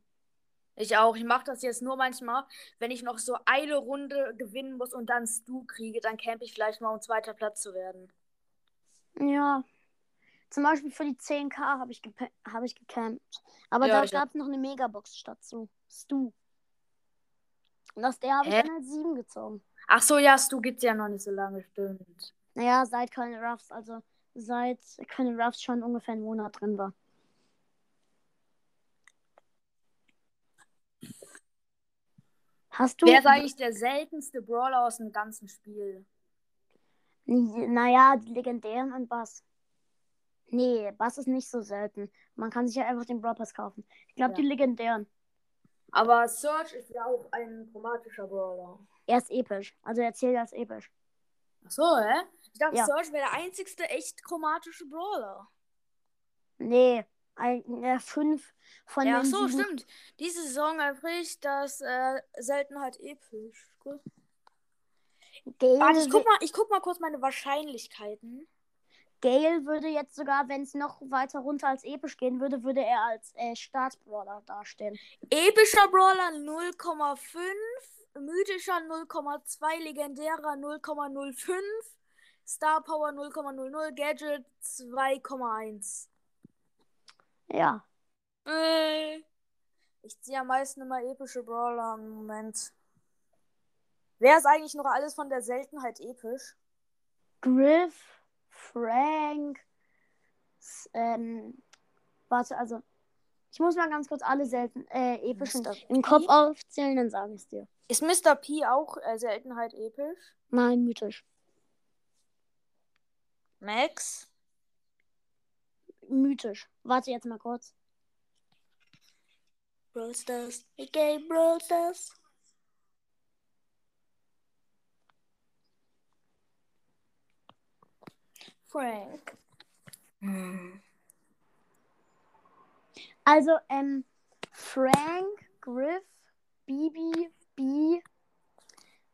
Ich auch. Ich mache das jetzt nur manchmal, wenn ich noch so eine Runde gewinnen muss und dann Stu kriege, dann camp ich vielleicht mal, um zweiter Platz zu werden. Ja. Zum Beispiel für die 10k habe ich, gepa- hab ich gecampt. Aber Ja, da ich auch. gab es noch eine Megabox statt zu. Stu. Und aus der habe ich Hä? dann halt 7 gezogen. Ach so, ja, Stu gibt's ja noch nicht so lange, stimmt. Naja, seit keine Ruffs, also seit keine Ruffs schon ungefähr einen Monat drin war. Hast du. Wer ist eigentlich der seltenste Brawler aus dem ganzen Spiel? Naja, die legendären und Bass. Nee, Bass ist nicht so selten. Man kann sich ja einfach den Brawl Pass kaufen. Ich glaube, Ja. die legendären. Aber Search ist ja auch ein chromatischer Brawler. Er ist episch. Also er zählt als episch. Ach so, hä? Ich dachte, Ja. Search wäre der einzigste echt chromatische Brawler. Nee, ein, äh, fünf von Ja, ach den so, sieben. stimmt. Diese Saison erbricht das äh, selten halt episch. Gut. Gale, Warte, ich guck, wär- mal, ich guck mal kurz meine Wahrscheinlichkeiten. Gale würde jetzt sogar, wenn es noch weiter runter als episch gehen würde, würde er als äh, Startbrawler dastehen. Epischer Brawler 0,5, mythischer 0,2, legendärer 0,05, Star Power 0,00, Gadget 2,1. Ja. Äh, Ich ziehe am meisten immer epische Brawler im Moment. Wer ist eigentlich noch alles von der Seltenheit episch? Griff, Frank, s- ähm, warte, also, ich muss mal ganz kurz alle selten, äh, epischen Mr. im P? Kopf aufzählen, dann sage ich dir. Ist Mr. P auch äh, Seltenheit episch? Nein, mythisch. Max? Mythisch. Warte jetzt mal kurz. Brawl Stars. Okay, Brawl Stars. Frank. Hm, Also, ähm, Frank, Griff, Bibi, B,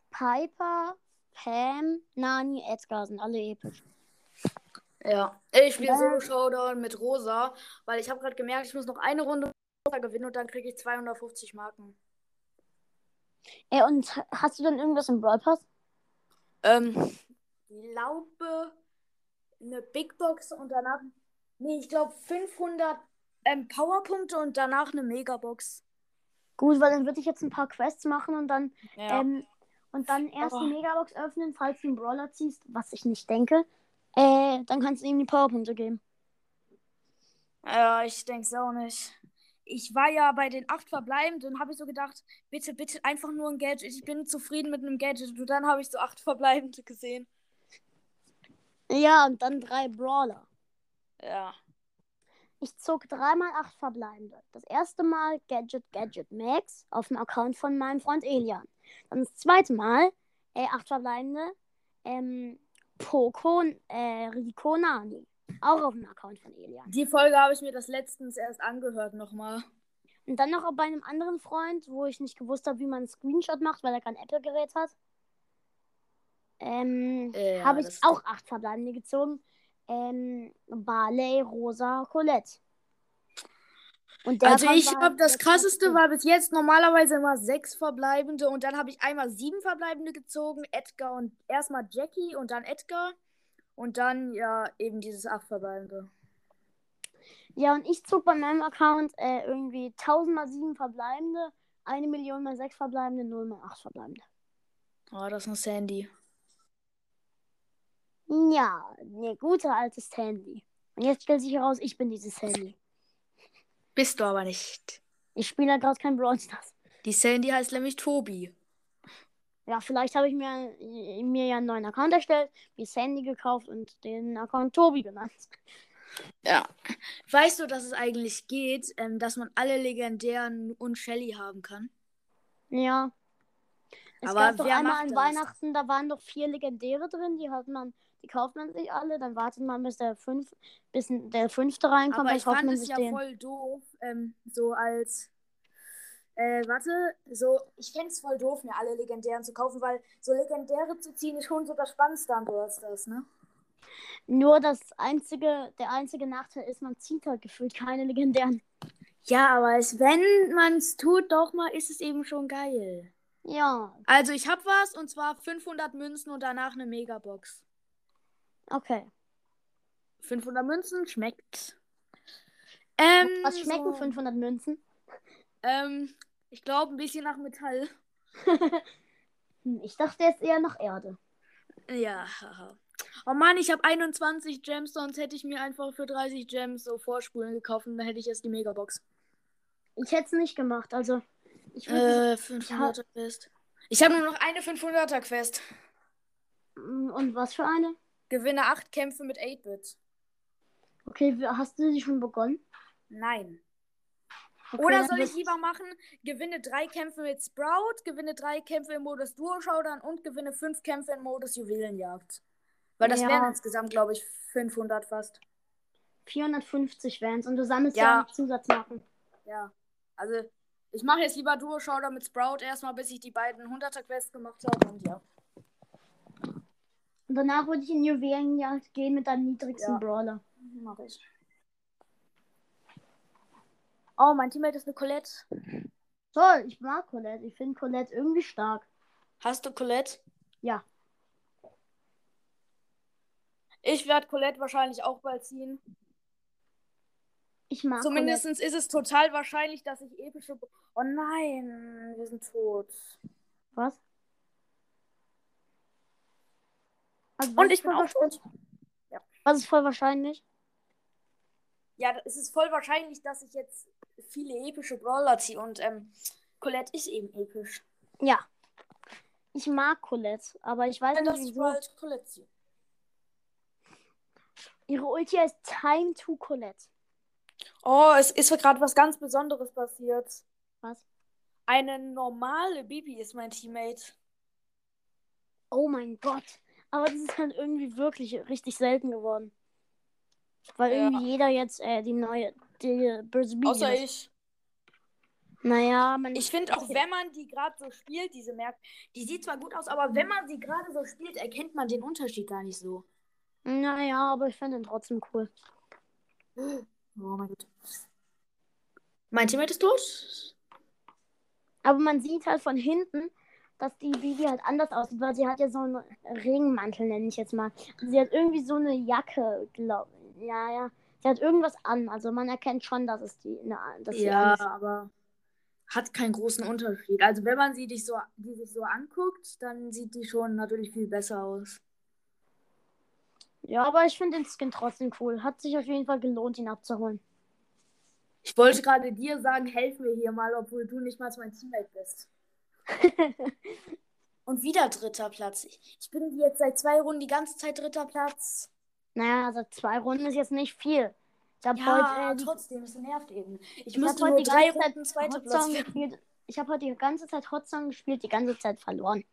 Piper, Pam, Nani, Edgar sind alle E episch. Ja, ich spiele Ja. Solo Showdown mit Rosa, weil ich habe gerade gemerkt, ich muss noch eine Runde Rosa gewinnen und dann kriege ich 250 Marken. Ey, und ha- hast du dann irgendwas im Brawl Pass? Ähm, ich glaube, eine Big Box und danach, nee, ich glaube 500 ähm, Powerpunkte und danach eine Megabox. Gut, weil dann würde ich jetzt ein paar Quests machen und dann Ja. Ähm, und dann erst Aber- die Megabox öffnen, falls du einen Brawler ziehst, was ich nicht denke. Äh, dann kannst du ihm die Powerpunkte geben. Ja, ich denke es auch nicht. Ich war ja bei den acht verbleibenden, habe ich so gedacht, bitte, bitte einfach nur ein Gadget. Ich bin zufrieden mit einem Gadget. Und dann habe ich so acht verbleibende gesehen. Ja, und dann drei Brawler. Ja. Ich zog dreimal acht verbleibende. Das erste Mal Gadget Gadget Max auf dem Account von meinem Freund Elian. Dann das zweite Mal äh, acht verbleibende ähm, Poco, äh, Rico Nani. Auch auf dem Account von Elian. Die Folge habe ich mir das letztens erst angehört nochmal. Und dann noch bei einem anderen Freund, wo ich nicht gewusst habe, wie man einen Screenshot macht, weil er kein Apple-Gerät hat. Ähm, Ja, habe ich das- auch acht verbleibende gezogen. Ähm, Barley, Rosa, Colette. Und also Freund ich war habe das jetzt- krasseste war bis jetzt normalerweise immer sechs verbleibende und dann habe ich einmal sieben verbleibende gezogen, Edgar und erstmal Jackie und dann Edgar und dann ja eben dieses acht verbleibende. Ja, und ich zog bei meinem Account äh, irgendwie 1000 mal 7 verbleibende, eine Million mal 6 verbleibende, 0 mal 8 verbleibende. Oh, das ist ein Sandy. Ja, ne, gute alte Handy. Und jetzt stellt sich heraus, ich bin dieses Handy. Bist du aber nicht. Ich spiele halt gerade kein Brawl Stars. Die Sandy heißt nämlich Tobi. Ja, vielleicht habe ich mir, äh, mir ja einen neuen Account erstellt, mir Sandy gekauft und den Account Tobi genannt. Weißt du, dass es eigentlich geht, ähm, dass man alle legendären und Shelly haben kann? <laughs> Ja. Es Aber gab doch wer einmal macht an das? Weihnachten, da waren doch vier Legendäre drin, die hat man, die kauft man sich alle, dann wartet man, bis der fünf, bis der fünfte reinkommt, Aber dann ich kauft fand man es sich ja den. voll doof, ähm, so als. Äh, warte, so, ich fände es voll doof, mir alle Legendären zu kaufen, weil so Legendäre zu ziehen ist schon so das Spannendste an Brawl Stars, ne? Nur das einzige, der einzige Nachteil ist, man zieht halt gefühlt keine Legendären. Ja, aber es, wenn man es tut, doch mal, ist es eben schon geil. Ja, Also, ich hab was und zwar 500 Münzen und danach eine Megabox. okay. 500 Münzen schmeckt. Ähm, Was schmecken so, 500 Münzen? <laughs> Ähm, ich glaube, ein bisschen nach Metall. Hm, Ich dachte jetzt eher nach Erde. Ja, haha. Oh Mann, ich habe 21 Gems, sonst hätte ich mir einfach für 30 Gems so Vorspulen gekauft und dann hätte ich jetzt die Megabox. Ich hätte es nicht gemacht. Also, ich würde. <laughs> Äh, 500er Quest. Ich habe nur noch eine 500er Quest. Mm, Und was für eine? Gewinne 8 Kämpfe mit 8-Bit. Okay, wie- hast du die schon begonnen? Nein. Okay, Oder dann soll ich wird- lieber machen, gewinne 3 Kämpfe mit Sprout, gewinne 3 Kämpfe im Modus Duo-Showdown und gewinne 5 Kämpfe im Modus Juwelenjagd. Weil das Ja. wären insgesamt, glaube ich, 500 fast. 450 Vans und du sammelst Ja. ja, auch noch Zusatzmarken. Ja. Also, ich mache jetzt lieber Duo-Showdown mit Sprout erstmal, bis ich die beiden 100er-Quests gemacht habe und ja. Und danach würde ich in Juwelenjagd gehen mit deinem niedrigsten Ja. Brawler. Mach ich. Oh, mein Teammate ist eine Colette. Toll, ich mag Colette. Ich finde Colette irgendwie stark. Hast du Colette? Ja. Ich werde Colette wahrscheinlich auch bald ziehen. Ich mag Zumindest ist es total wahrscheinlich, dass ich epische. Bo- Oh nein, wir sind tot. Colette. Was? Also, was Und ich ist bin voll auch tot. wahrscheinlich- Was ist voll wahrscheinlich? Ja, es ist voll wahrscheinlich, dass ich jetzt viele epische Brawler ziehe und ähm, Colette ist eben episch. Ja. Ich mag Colette, aber ich weiß Wenn nicht, das ich wieso. bald Colette ziehe. Ihre Ulti heißt Time to Colette. Oh, es ist gerade was ganz Besonderes passiert. Was? Eine normale Bibi ist mein Teammate. Oh mein Gott. Aber das ist halt irgendwie wirklich richtig selten geworden. Weil Ja. irgendwie jeder jetzt äh, die neue, die böse Bibi Außer ist. ich. Naja, man, Ich finde auch, wenn man die gerade so spielt, diese merkt, die sieht zwar gut aus, aber wenn man sie gerade so spielt, erkennt man den Unterschied gar nicht so. naja, aber ich finde ihn trotzdem cool. Oh mein Gott. Mein Teammate ist tot? Aber man sieht halt von hinten, dass die Bibi halt anders aussieht, weil sie hat ja so einen Regenmantel, nenne ich jetzt mal. Sie hat irgendwie so eine Jacke, glaube ich. Ja, ja. Sie hat irgendwas an. Also man erkennt schon, dass es die, eine, dass sie Ja, anders- aber hat keinen großen Unterschied. Also wenn man sie dich so, die sich so anguckt, dann sieht die schon natürlich viel besser aus. Ja, aber ich finde den Skin trotzdem cool. Hat sich auf jeden Fall gelohnt, ihn abzuholen. Ich wollte gerade dir sagen, helf mir hier mal, obwohl du nicht mal mein Teammate <laughs> bist. Und wieder dritter Platz. Ich ich bin jetzt seit zwei Runden die ganze Zeit dritter Platz. Naja, also zwei Runden ist jetzt nicht viel. Ich habe Ja, heute, äh, trotzdem, es nervt eben. Ich hab müsste heute nur die drei ganze Zeit Runden die zweiter Hot Platz Song gespielt. Ich habe heute die ganze Zeit Hot Song gespielt, die ganze Zeit verloren.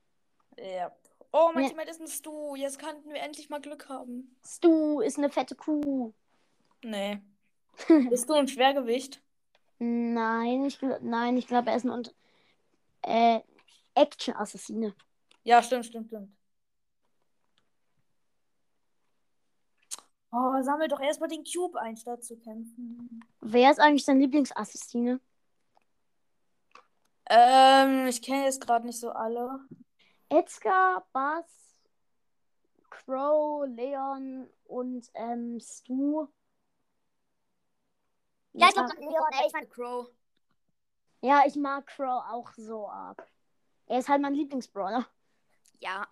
Ja. Oh, mein Ja. Teammate ist ein Stu. Jetzt könnten wir endlich mal Glück haben. Stu ist eine fette Kuh. <laughs> Nee. Bist du ein Schwergewicht? Nein, ich, gl- nein, ich glaube, er ist ein und äh, Action-Assassine. Ja, stimmt, stimmt, stimmt. Oh, sammel doch erstmal den Cube ein, statt zu kämpfen. Wer ist eigentlich dein Lieblingsassassine? Ähm, ich kenne jetzt gerade nicht so alle. Edgar, Bass, Crow, Leon und ähm, Stu. Ja, ich glaube, ich meine Crow. Ja, ich mag Crow auch so ab. Er ist halt mein Lieblingsbrawler. Ja.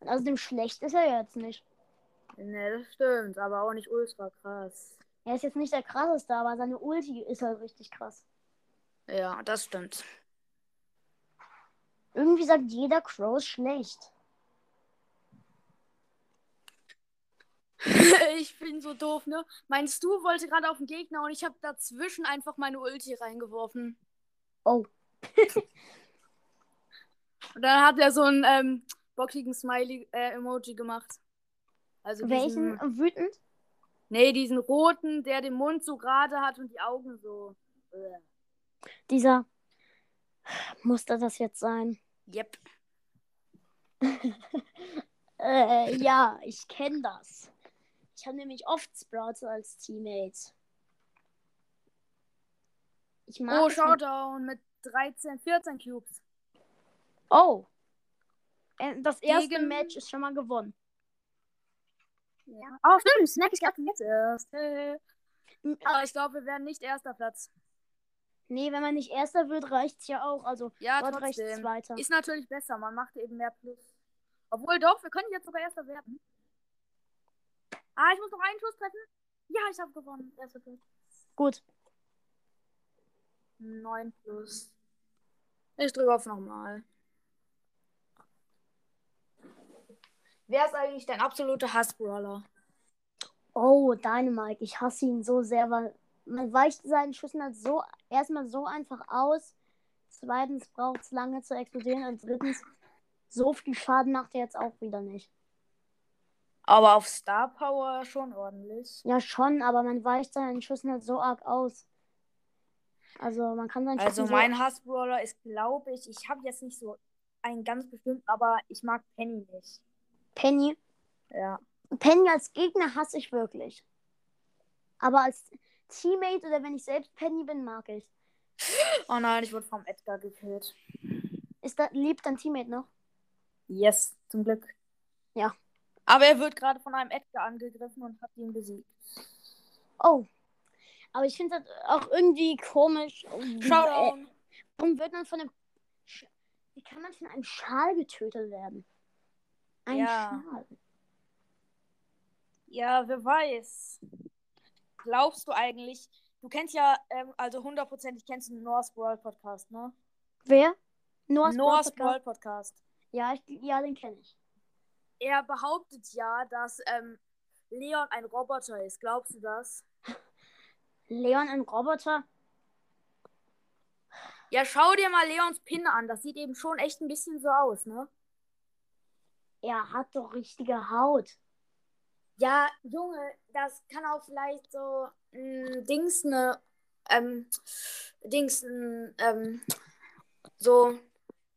Und außerdem schlecht ist er jetzt nicht. Ne, das stimmt, aber auch nicht ultra krass. Er ist jetzt nicht der krasseste, aber seine Ulti ist halt richtig krass. Ja, das stimmt. Irgendwie sagt jeder Crow ist schlecht. <laughs> Ich bin so doof, ne? Mein Stu wollte gerade auf den Gegner und ich habe dazwischen einfach meine Ulti reingeworfen. Oh. <laughs> Und dann hat er so einen ähm, bockigen Smiley-Emoji gemacht. Also Welchen Diesen, wütend? nee, diesen roten, der den Mund so gerade hat und die Augen so. Äh. Dieser. Musste das jetzt sein? Yep. Äh, <laughs> ja, ich kenne das. Ich habe nämlich oft Sprout als Teammate. Ich mag. Oh, es nicht- Showdown mit 13, 14 Cubes. Oh. Äh, Das erste Gegen- Match ist schon mal gewonnen. Ja. Oh, stimmt, Snack, ich glaube, jetzt erst. Äh, Aber ich glaube, wir werden nicht erster Platz. Nee, wenn man nicht Erster wird, reicht's ja auch. Also, Ja, dort reicht's trotzdem. weiter. Ist natürlich besser, man macht eben mehr Plus. Obwohl doch, wir können jetzt sogar erster werden. Ah, ich muss noch einen Schuss treffen. Ja, ich habe gewonnen. Erster Platz. Gut. Neun Plus. Ich drücke auf nochmal. Wer ist eigentlich dein absoluter Hassbrawler? Oh, Dynamite. Ich hasse ihn so sehr, weil man weicht seinen Schüssen halt so erstmal so einfach aus. Zweitens braucht es lange zu explodieren und drittens so viel Schaden macht er jetzt auch wieder nicht. Aber auf Star Power schon ordentlich. Ja, schon, aber man weicht seinen Schüssen halt so arg aus. Also man kann seinen Also Schüssen mein Hassbrawler ist, glaube ich, ich habe jetzt nicht so einen ganz bestimmten, aber ich mag Penny nicht. so Penny Ja. Penny als Gegner hasse ich wirklich. Aber als Teammate oder wenn ich selbst Penny bin, mag ich. Oh nein, ich wurde vom Edgar gekillt. Ist da, lebt dein Teammate noch? Yes, zum Glück. Ja. Aber er wird gerade von einem Edgar angegriffen und hat ihn besiegt. Oh. Aber ich finde das auch irgendwie komisch. Äh, Showdown. Warum wird man von einem. Sch Wie kann man von einem Schal getötet werden? Ein Ja. Schal. Ja, wer weiß. Glaubst du eigentlich, du kennst ja, ähm, also hundertprozentig kennst du den North Brawl Podcast, ne? Wer? Noah's North, Brawl Podcast? North Brawl Podcast. Ja, ich, ja, den kenne ich. Er behauptet ja, dass ähm, Leon ein Roboter ist. Glaubst du das? Leon ein Roboter? Ja, schau dir mal Leons Pin an. Das sieht eben schon echt ein bisschen so aus, ne? Er hat doch richtige Haut. Ja, Junge, das kann auch vielleicht so ein Dings, ne, ähm, Dings, ein, ähm, so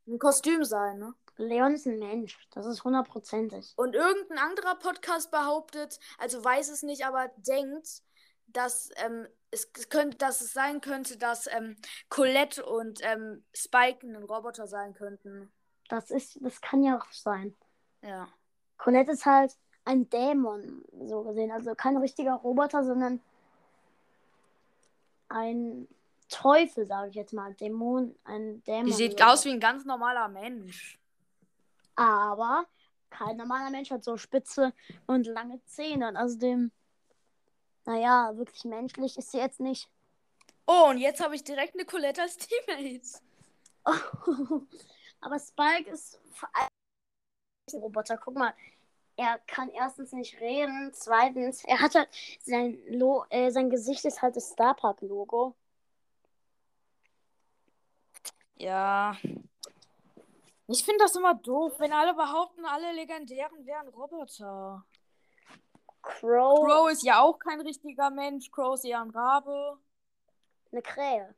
ein Kostüm sein, ne? Leon ist ein Mensch. Das ist hundertprozentig. Und irgendein anderer Podcast behauptet, also weiß es nicht, aber denkt, dass, ähm, es könnte, dass es sein könnte, dass ähm, Colette und ähm, Spike ein Roboter sein könnten. Das ist, das kann ja auch sein. Ja. Colette ist halt ein Dämon, so gesehen. Also kein richtiger Roboter, sondern ein Teufel, sage ich jetzt mal. Dämon, ein Dämon. Die sieht aus wie ein ganz normaler Mensch. Aber kein normaler Mensch hat so spitze und lange Zähne. Und außerdem, naja, wirklich menschlich ist sie jetzt nicht. Oh, und jetzt habe ich direkt eine Colette als Teammate. <laughs> Aber Spike ist vor allem ein Roboter. Guck mal, er kann erstens nicht reden, zweitens, er hat halt sein, Lo äh, sein Gesicht ist halt das Star Park Logo. Ja. Ich finde das immer doof, wenn alle behaupten, alle Legendären wären Roboter. Crow, Crow ist ja auch kein richtiger Mensch. Crow ist eher ein Rabe. eine Krähe.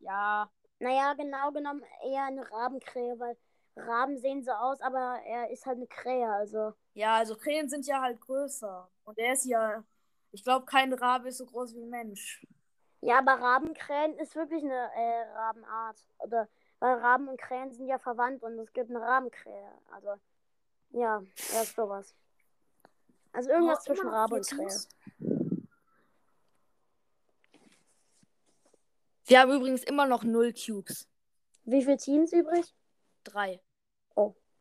Ja. Naja, genau genommen eher eine Rabenkrähe, weil Raben sehen so aus, aber er ist halt eine Krähe, also. Ja, also Krähen sind ja halt größer. Und er ist ja. Ich glaube, kein Rabe ist so groß wie ein Mensch. Ja, aber Rabenkrähen ist wirklich eine äh, Rabenart. Oder, weil Raben und Krähen sind ja verwandt und es gibt eine Rabenkrähe. Also, ja, erst sowas. Also irgendwas Oh, immer zwischen noch Rabe und vier Krähe. Teams. Wir haben übrigens immer noch null Cubes. Wie viele Teams übrig? Drei.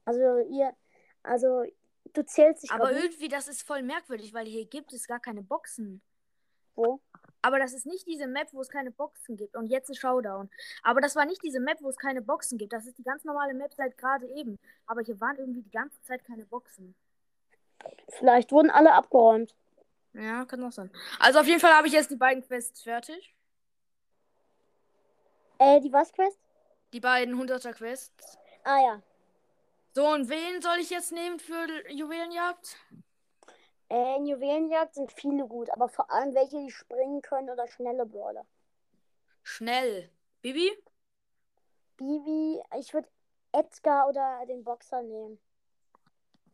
Also, ihr, also, du zählst dich Aber glaub ich, irgendwie, das ist voll merkwürdig, weil hier gibt es gar keine Boxen. wo? Aber das ist nicht diese Map, wo es keine Boxen gibt. Und jetzt ist Showdown. Aber das war nicht diese Map, wo es keine Boxen gibt. Das ist die ganz normale Map seit gerade eben. Aber hier waren irgendwie die ganze Zeit keine Boxen. Vielleicht wurden alle abgeräumt. Ja, kann auch sein. Also auf jeden Fall habe ich jetzt die beiden Quests fertig. Äh, die was Quest? Die beiden 100er Quests. Ah ja. So, und wen soll ich jetzt nehmen für Juwelenjagd? Äh, in Juwelenjagd sind viele gut, aber vor allem welche, die springen können oder schnelle Brawler. Schnell. Bibi? Bibi, ich würde Edgar oder den Boxer nehmen.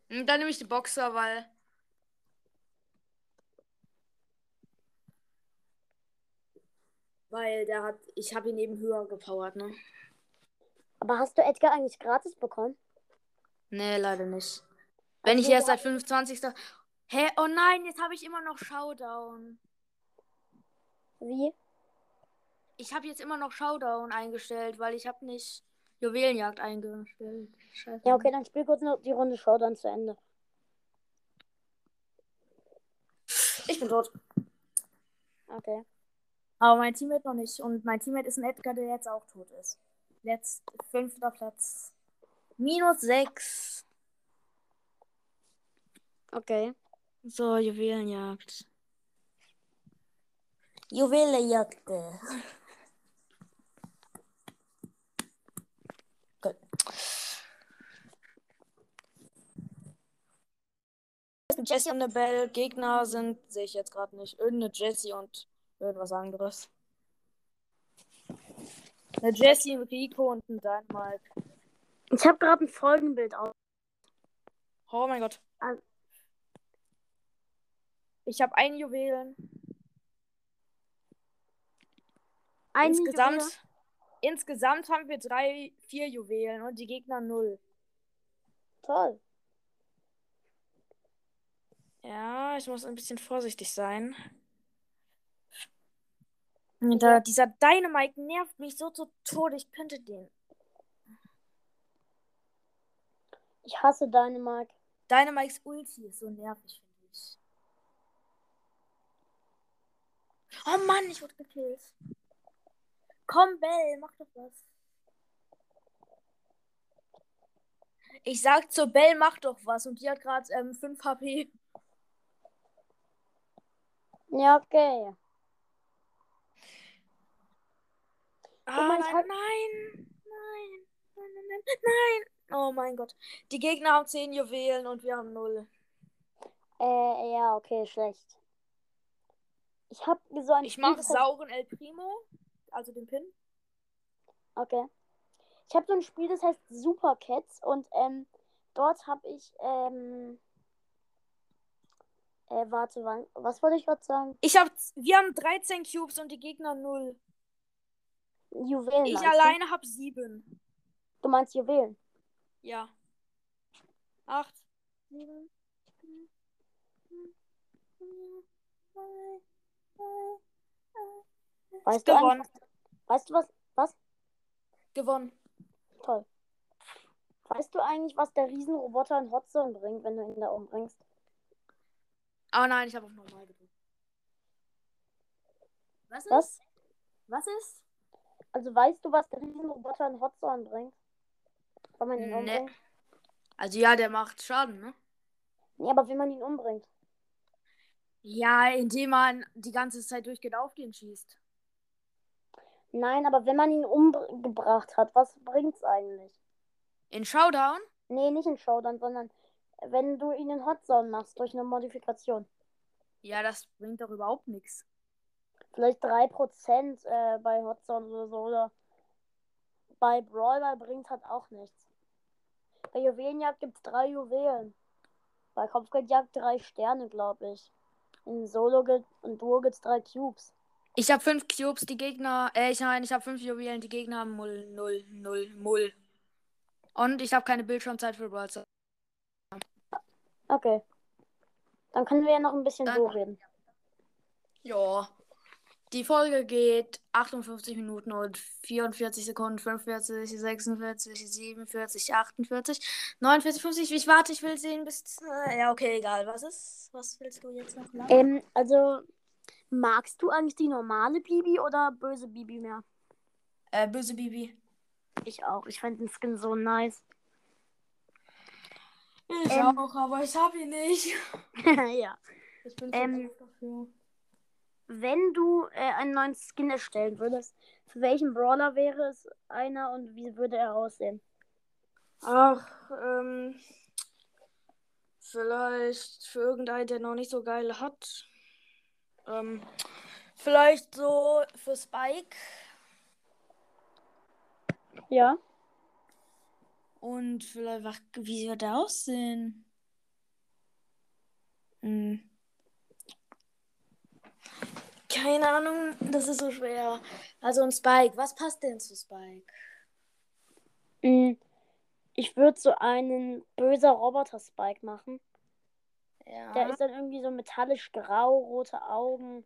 Hm, Dann nehme ich die Boxer, weil. Weil der hat. Ich habe ihn eben höher gepowert, ne? Aber hast du Edgar eigentlich gratis bekommen? Nee, leider nicht. Wenn Ach ich so, erst ja. seit 25. Hä? Oh nein, jetzt habe ich immer noch Showdown. Wie? Ich habe jetzt immer noch Showdown eingestellt, weil ich habe nicht Juwelenjagd eingestellt. Scheiße. Ja, okay, dann spiel kurz noch die Runde Showdown zu Ende. Ich bin tot. Okay. Aber mein Teammate noch nicht. Und mein Teammate ist ein Edgar, der jetzt auch tot ist. Letzt, fünfter Platz. Minus sechs. Okay. So, Juwelenjagd. Juwelenjagd. Jesse und eine Bell. Gegner sind, sehe ich jetzt gerade nicht. Irgendeine Jesse und irgendwas anderes. Eine Jesse, ein Rico und ein Dynamite. Ich habe gerade ein Folgenbild aus. Oh mein Gott. An- Ich habe ein Juwelen. Ein insgesamt, Juwele- insgesamt haben wir drei, vier Juwelen und die Gegner null. Toll. Ja, ich muss ein bisschen vorsichtig sein. Da, dieser Dynamite nervt mich so zu Tode, ich könnte den. Ich hasse Dänemark. Dynamites Ulti ist so nervig, finde ich. Oh Mann, ich wurde gekillt. Komm, Bell, mach doch was. Ich sag zur Bell, mach doch was. Und die hat gerade ähm, 5 HP. Ja, okay. Ah, mein, ich nein, hab- nein, nein, nein, nein, nein, nein. Oh mein Gott. Die Gegner haben 10 Juwelen und wir haben 0. Äh, ja, okay, schlecht. Ich hab so ein Ich mache Spielzeug- sauren El Primo, also den Pin. Okay. Ich habe so ein Spiel, das heißt Super Cats und ähm, dort habe ich ähm, äh, warte, wann, was wollte ich gerade sagen? Ich hab, wir haben 13 Cubes und die Gegner 0. Juwelen. Ich meinst du? alleine hab sieben. Du meinst Juwelen. Ja. Acht. Weißt du, Gewonnen. eigentlich- weißt du was? Gewonnen. Toll. Weißt du eigentlich, was der Riesenroboter in Hotzone bringt, wenn du ihn da umbringst? Ah nein, ich habe auf normal gedrückt. Was ist? Was? Was ist? Also weißt du, was der Riesenroboter in Hotzone bringt? Wenn man ihn Nee. umbringt? Also ja, der macht Schaden, ne? Nee, aber wenn man ihn umbringt. Ja, indem man die ganze Zeit durchgehend auf den schießt. Nein, aber wenn man ihn umgebracht hat, was bringt's eigentlich? In Showdown? Nee, nicht in Showdown, sondern wenn du ihn in Hotzone machst durch eine Modifikation. Ja, das bringt doch überhaupt nichts. Vielleicht 3% äh, bei Hotzone oder so. Oder bei Brawl Ball bringt halt auch nichts. Bei Juwelenjagd gibt's drei Juwelen. Bei Kopfgeldjagd drei Sterne, glaube ich. In Solo ge- und Duo gibt's drei Cubes. Ich habe fünf Cubes, die Gegner. Äh, ich nein, ich habe fünf Juwelen, die Gegner haben null, null, null, null. Und ich habe keine Bildschirmzeit für Brawl Stars. Okay. Dann können wir ja noch ein bisschen Dann- so reden. Ja. Die Folge geht 58 Minuten und 44 Sekunden, 45, 46, 47, 48, 49, 50. Ich warte, ich will sehen, bis. Äh, ja, okay, egal. Was ist? Was willst du jetzt noch machen? Ähm, also, magst du eigentlich die normale Bibi oder böse Bibi mehr? Äh, böse Bibi. Ich auch. Ich fand den Skin so nice. <laughs> Ich Ähm. auch, aber ich habe ihn nicht. ja. Ich bin zu Ähm. doof Wenn du äh, einen neuen Skin erstellen würdest, für welchen Brawler wäre es einer und wie würde er aussehen? Ach, ähm. Vielleicht für irgendeinen, der noch nicht so geile hat. Ähm. Vielleicht so für Spike Ja. und vielleicht, wach- wie wird der aussehen? Hm. Keine Ahnung, das ist so schwer. Also ein Spike, was passt denn zu Spike? Mm, Ich würde so einen böser Roboter Spike machen. Ja. Ah. Der ist dann irgendwie so metallisch grau, rote Augen.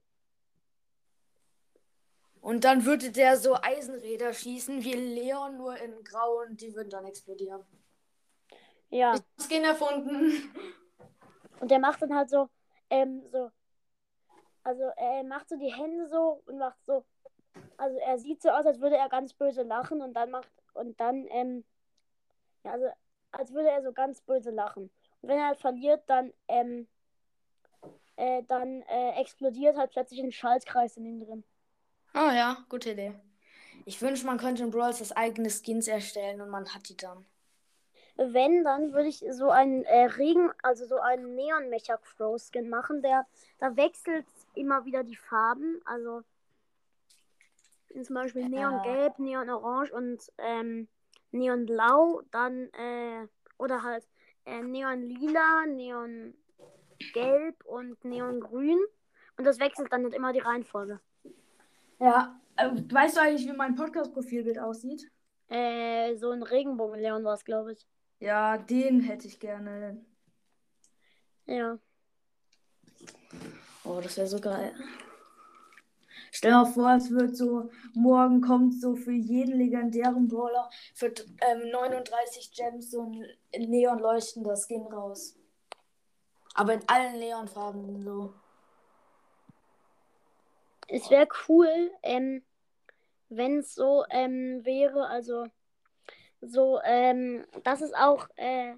Und dann würde der so Eisenräder schießen wie Leon, nur in Grau und die würden dann explodieren. Ja. Ich habe das Skin <laughs> erfunden. Und der macht dann halt so, ähm, so. Also er macht so die Hände so und macht so. Also er sieht so aus, als würde er ganz böse lachen und dann macht. Und dann, ähm. Ja, also als würde er so ganz böse lachen. Und wenn er halt verliert, dann, ähm. Äh, dann äh, explodiert halt plötzlich ein Schaltkreis in ihm drin. Ah ja, gute Idee. Ich wünsche, man könnte in Brawl Stars eigene Skins erstellen und man hat die dann. Wenn, dann würde ich so einen äh, Regen, also so einen neon mecha crow skin machen, der da wechselt immer wieder die Farben. Also zum Beispiel Neon-Gelb, Neon-Orange und ähm, Neon-Blau, dann äh, oder halt äh, Neon-Lila, Neon-Gelb und Neon-Grün. Und das wechselt dann halt immer die Reihenfolge. Ja. äh, Weißt du eigentlich, wie mein Podcast-Profilbild aussieht? Äh, so ein Regenbogen-Leon war es, glaube ich. Ja, den hätte ich gerne. Ja. Oh, das wäre so geil. Stell dir mal vor, es wird so, morgen kommt so für jeden legendären Brawler für ähm, 39 Gems so ein neon leuchtender Skin raus. Aber in allen Neonfarben so. Es wäre cool, ähm, wenn es so ähm, wäre, also so, ähm, dass es auch äh,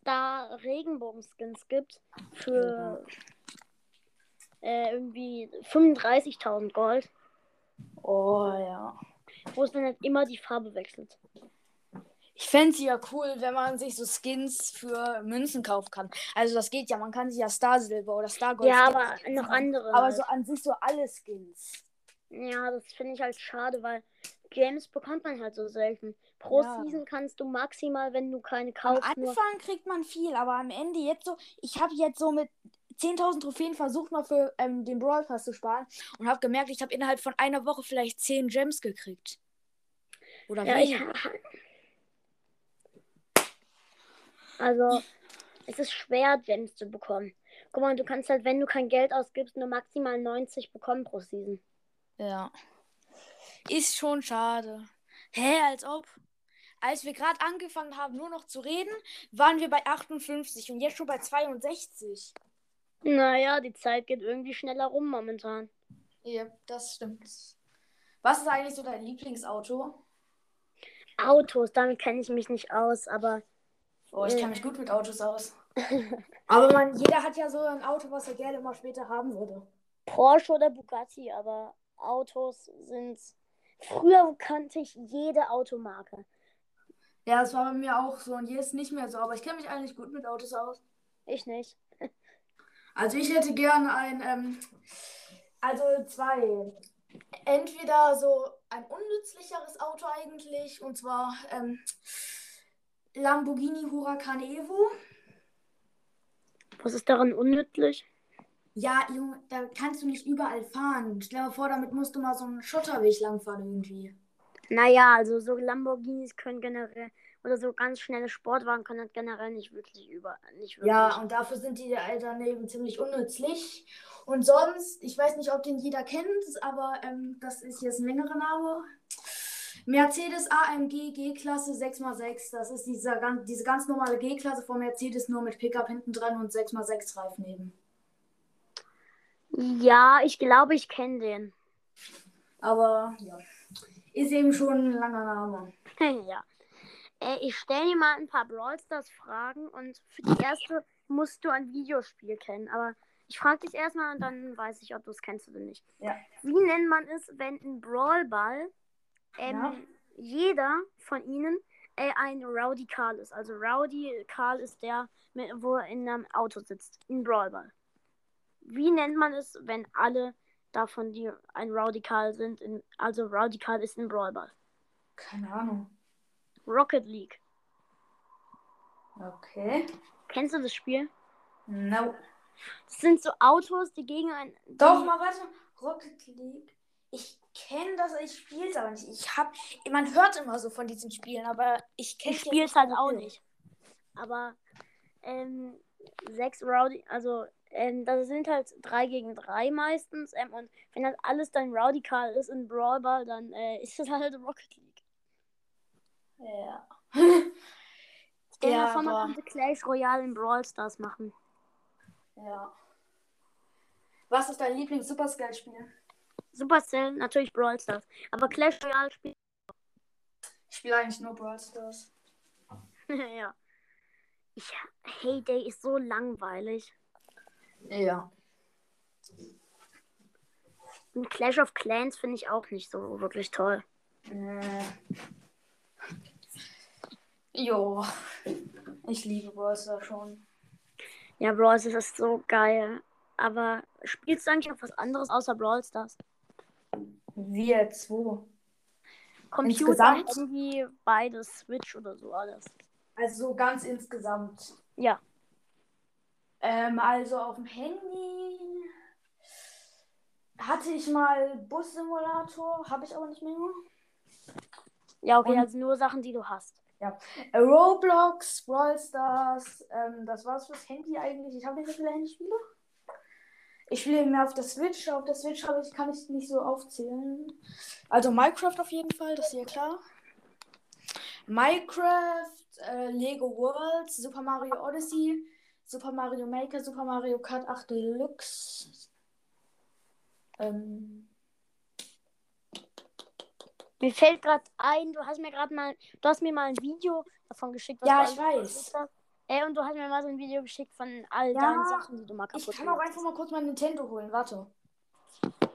Star Regenbogen-Skins gibt für äh, irgendwie 35.000 Gold, Oh ja. wo es dann halt immer die Farbe wechselt. Ich fände es ja cool, wenn man sich so Skins für Münzen kaufen kann. Also das geht ja, man kann sich ja Star Silber oder Star Gold ja, Skins aber kaufen. noch andere. Aber halt. so an sich so alle Skins. Ja, das finde ich halt schade, weil Gems bekommt man halt so selten. Pro Ja. Season kannst du maximal, wenn du keine Am kaufst, nur Anfang kriegt man viel, aber am Ende jetzt so, ich habe jetzt so mit 10.000 Trophäen versucht mal für ähm, den Brawl Pass zu sparen und habe gemerkt, ich habe innerhalb von einer Woche vielleicht 10 Gems gekriegt. Oder Ja, ich, weniger. also, es ist schwer, Gems zu bekommen. Guck mal, du kannst halt, wenn du kein Geld ausgibst, nur maximal 90 bekommen pro Season. Ja. Ist schon schade. Hä, als ob. Als wir gerade angefangen haben, nur noch zu reden, waren wir bei 58 und jetzt schon bei 62. Naja, die Zeit geht irgendwie schneller rum momentan. Ja, das stimmt. Was ist eigentlich so dein Lieblingsauto? Autos, damit kenne ich mich nicht aus, aber Oh, ich Äh. kenne mich gut mit Autos aus. Aber man, jeder hat ja so ein Auto, was er gerne mal später haben würde. Porsche oder Bugatti, aber Autos sind. Früher kannte ich jede Automarke. Ja, das war bei mir auch so und jetzt nicht mehr so, aber ich kenne mich eigentlich gut mit Autos aus. Ich nicht. Also ich hätte gerne ein, ähm, also zwei. Entweder so ein unnützlicheres Auto eigentlich, und zwar ähm, Lamborghini Huracan Evo. Was ist daran unnützlich? Ja, Junge, da kannst du nicht überall fahren. Stell dir mal vor, damit musst du mal so einen Schotterweg langfahren irgendwie. Naja, also so Lamborghinis können generell oder so ganz schnelle Sportwagen können halt generell nicht wirklich über. Nicht wirklich. Ja, und dafür sind die äh, daneben ziemlich unnützlich. Und sonst, ich weiß nicht, ob den jeder kennt, aber ähm, das ist jetzt ein längerer Name. Mercedes AMG G-Klasse 6x6. Das ist dieser, gan- diese ganz normale G-Klasse von Mercedes, nur mit Pickup hinten dran und 6x6 Reifen eben. Ja, ich glaube, ich kenne den. Aber ja, ist eben schon ein langer Name. <laughs> ja. Äh, ich stelle dir mal ein paar Brawl Stars Fragen und für die erste musst du ein Videospiel kennen. Aber ich frage dich erstmal und dann weiß ich, ob du es kennst oder nicht. Ja. Wie nennt man es, wenn ein Brawlball ähm, Ja. jeder von ihnen äh, ein Rowdy Karl ist? Also Rowdy Karl ist der, mit, wo er in einem Auto sitzt, ein Brawlball. Wie nennt man es, wenn alle davon, die ein Rowdy Karl sind, in, also Rowdy Karl ist ein Brawlball? Keine Ahnung. Rocket League. Okay. Kennst du das Spiel? No. Das sind so Autos, die gegen ein. Doch, mal warte. Rocket League. Ich kenne das, ich spiele es aber nicht. Ich hab, man hört immer so von diesen Spielen, aber ich kenne Ich spiele es halt auch nicht. Aber ähm, sechs Rowdy, also ähm, das sind halt drei gegen drei meistens. Ähm, und wenn halt alles dein Rowdy Call ist in Brawl Ball, dann äh, ist das halt Rocket League. Ja. Stell dir Ja, vor, man aber- könnte Clash Royale in Brawl Stars machen. <laughs> ja. Was ist dein Lieblings-Superscale-Spiel? Supercell, natürlich Brawl Stars. Aber Clash Royale spielt. <laughs> Ich spiele eigentlich nur Brawl Stars. ja. Ich, Heyday ist so langweilig. Ja. Und Clash of Clans finde ich auch nicht so wirklich toll. Äh. Jo. Ich liebe Brawl Stars schon. Ja, Brawl Stars ist so geil. Aber spielst du eigentlich noch was anderes außer Brawl Stars? Wie jetzt? Wo? Computer, Insgesamt? Handy, beides, Switch oder so alles. Also so ganz insgesamt. Ja. Ähm, also auf dem Handy hatte ich mal Bus-Simulator, habe ich aber nicht mehr. Ja, okay, Und- also nur Sachen, die du hast. Äh, Roblox, Brawl Stars, ähm, das war's fürs Handy eigentlich. Ich habe nicht so viele Handyspiele. Ich spiele mehr auf der Switch. Auf der Switch hab ich, kann ich nicht so aufzählen. Also Minecraft auf jeden Fall, das ist ja klar. Minecraft, äh, Lego World, Super Mario Odyssey, Super Mario Maker, Super Mario Kart 8 Deluxe. Ähm, Mir fällt gerade ein, du hast mir gerade mal, du hast mir mal ein Video davon geschickt. Ja, du ich alles gemacht hast. Äh, und du hast mir mal so ein Video geschickt von all Ja, deinen Sachen, die du mal ich kaputt kann auch gemacht einfach mal kurz mein Nintendo holen, warte. hast.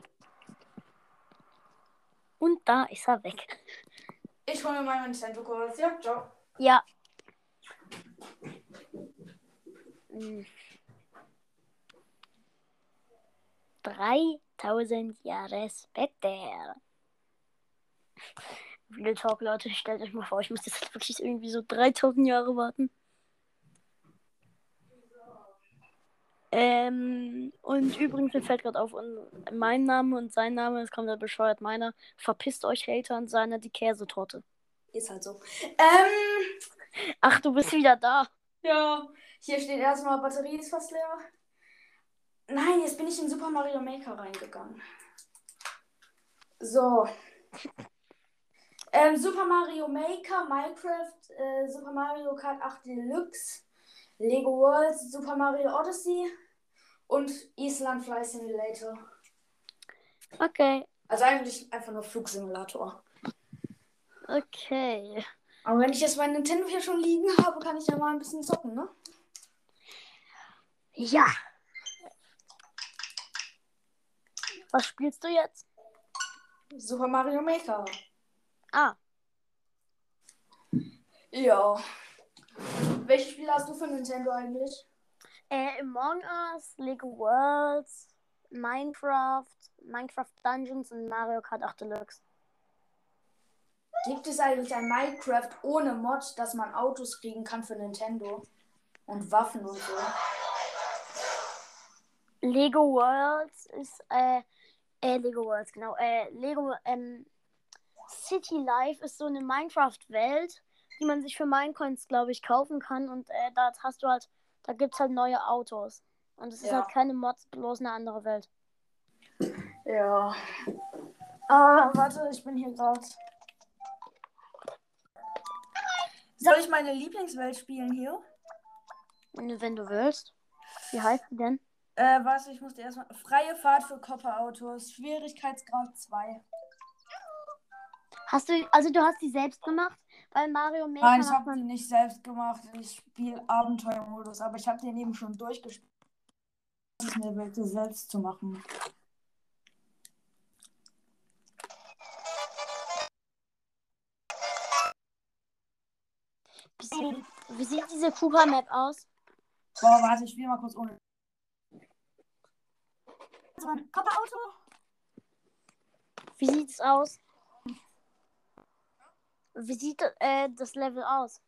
Und da ist er weg. Ich hole mir mal mein Nintendo kurz. Ja, ciao. Ja. Hm. 3000 Jahre später. Real Talk, Leute, stellt euch mal vor, ich muss jetzt wirklich irgendwie so 3000 Jahre warten. Ähm, und übrigens, mir fällt gerade auf, un- mein Name und sein Name, es kommt der bescheuert meiner, verpisst euch Hater und seiner die Käsetorte. Ist halt so. Ähm, Ach, du bist wieder da. ja. Hier steht erstmal, Batterie ist fast leer. Nein, jetzt bin ich in Super Mario Maker reingegangen. So. Ähm, Super Mario Maker, Minecraft, äh, Super Mario Kart 8 Deluxe, Lego World, Super Mario Odyssey und Island Fly Simulator. Okay, Also eigentlich einfach nur Flugsimulator. okay. Aber wenn ich jetzt mein Nintendo hier schon liegen habe, kann ich ja mal ein bisschen zocken, ne? Ja. Was spielst du jetzt? Super Mario Maker. Ah, Ja. Welche Spiele hast du für Nintendo eigentlich? äh, Among Us, Lego Worlds, Minecraft, Minecraft Dungeons und Mario Kart 8 Deluxe. Gibt es eigentlich ein Minecraft ohne Mod, dass man Autos kriegen kann für Nintendo? Und Waffen und so. Lego Worlds ist, äh, äh, Lego Worlds, genau, äh, Lego, ähm, City Life ist so eine Minecraft-Welt, die man sich für Minecoins, glaube ich, kaufen kann und, äh, da hast du halt, da gibt's halt neue Autos. Und es ist Ja. halt keine Mods, bloß eine andere Welt. Ja. Ah, warte, ich bin hier gerade. Soll ich meine Lieblingswelt spielen hier? Und wenn du willst. Wie heißt die denn? Äh, warte, ich muss dir erstmal. Freie Fahrt für Kopperautos. Schwierigkeitsgrad 2. Hast du, also du hast die selbst gemacht? Weil Mario Maker Nein, ich macht habe man. die nicht selbst gemacht. Ich spiele Abenteuermodus, aber ich habe den eben schon durchgespielt. Das ist mir welche selbst zu machen. Wie sieht, wie sieht diese Kuba Map aus? Boah, warte, ich spiele mal kurz ohne. Kopperauto? Wie sieht es aus? Wie sieht äh, das Level aus?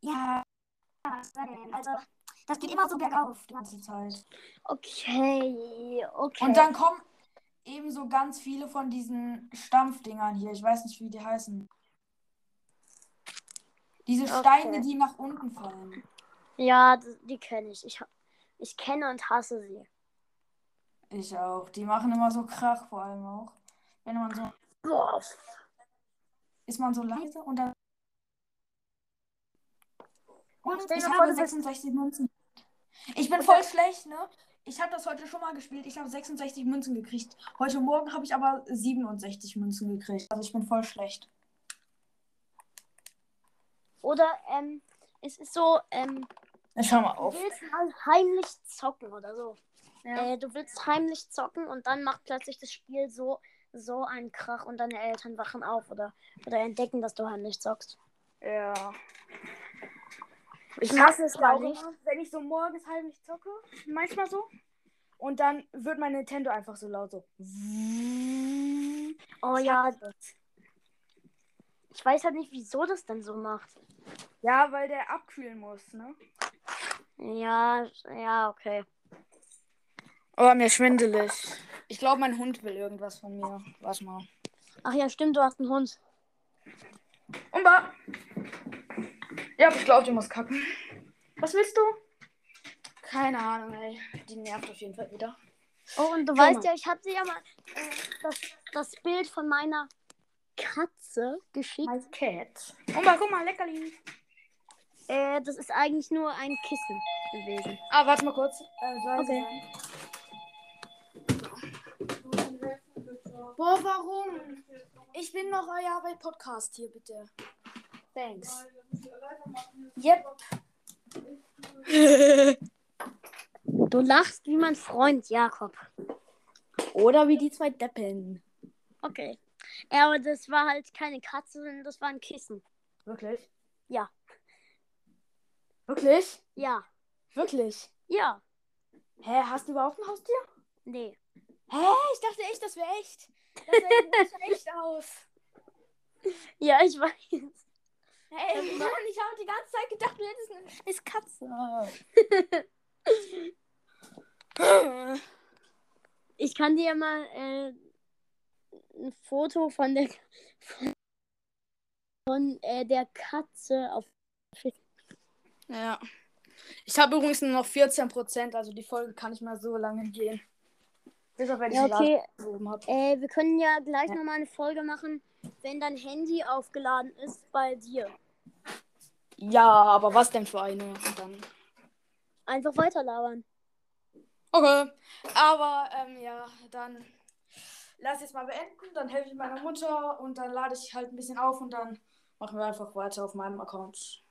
Ja, Also, das geht immer so bergauf. die ganze Zeit. Okay, okay. Und dann kommen eben so ganz viele von diesen Stampfdingern hier. Ich weiß nicht, wie die heißen. Diese Okay. Steine, die nach unten fallen. Ja, d- die kenne ich. Ich, hab- ich kenne und hasse sie. Ich auch. Die machen immer so Krach, vor allem auch. Wenn man so, Boah. ist man so leise und dann. Und stell dir ich mal vor, habe du bist- 66 Münzen. Ich bin voll schlecht, ne? Ich habe das heute schon mal gespielt. Ich habe 66 Münzen gekriegt. Heute Morgen habe ich aber 67 Münzen gekriegt. Also ich bin voll schlecht. Oder ähm, es ist so, ähm, Ich schau mal du auf. willst mal heimlich zocken oder so. Ja. Äh, du willst heimlich zocken und dann macht plötzlich das Spiel so, so einen Krach und deine Eltern wachen auf oder, oder entdecken, dass du heimlich zockst. Ja. Ich hasse es gar auch nicht. immer, wenn ich so morgens halb nicht zocke, manchmal so. Und dann wird mein Nintendo einfach so laut so. Oh Ich ja, hasse das. ich weiß halt nicht, wieso das dann so macht. Ja, weil der abkühlen muss, ne? Ja, ja, okay. Oh, mir schwindelig. Ich glaube, mein Hund will irgendwas von mir. Warte mal. Ach ja, stimmt, du hast einen Hund. Umba! Ja, ich glaube, die muss kacken. Was willst du? Keine Ahnung, ey. Die nervt auf jeden Fall wieder. Oh, und du Genau. weißt ja, ich habe dir ja mal äh, das, das Bild von meiner Katze geschickt. My cat. Umba, guck mal, Leckerli. Äh, das ist eigentlich nur ein Kissen gewesen. Ah, warte mal kurz. Äh, leise Okay. sein. Boah, warum? Ich bin noch euer bei Podcast hier, bitte. Thanks. Yep. Du lachst wie mein Freund Jakob. Oder wie die zwei Deppen. Okay. Ja, aber das war halt keine Katze, sondern das war ein Kissen. Wirklich? Ja. Wirklich? Ja, Wirklich? ja, Hä, hast du überhaupt ein Haustier? nee. Hä, ich dachte echt, das wäre echt. Das sah echt aus. Ja, ich weiß. Hey, Mann, ich habe die ganze Zeit gedacht, du hättest eine scheiß Katze. Ah. Ich kann dir ja mal äh, ein Foto von der von äh, der Katze auf Ja. Ich habe übrigens nur noch 14%, also die Folge kann nicht mehr so lange gehen. Bis auf wenn ich Ja, okay. die Lade oben habe. Äh, wir können ja gleich Ja. nochmal eine Folge machen, wenn dein Handy aufgeladen ist bei dir. Ja, aber was denn für eine? Und dann. Einfach weiterlauern. Okay. Aber ähm, ja, dann lass jetzt mal beenden, dann helfe ich meiner Mutter und dann lade ich halt ein bisschen auf und dann machen wir einfach weiter auf meinem Account.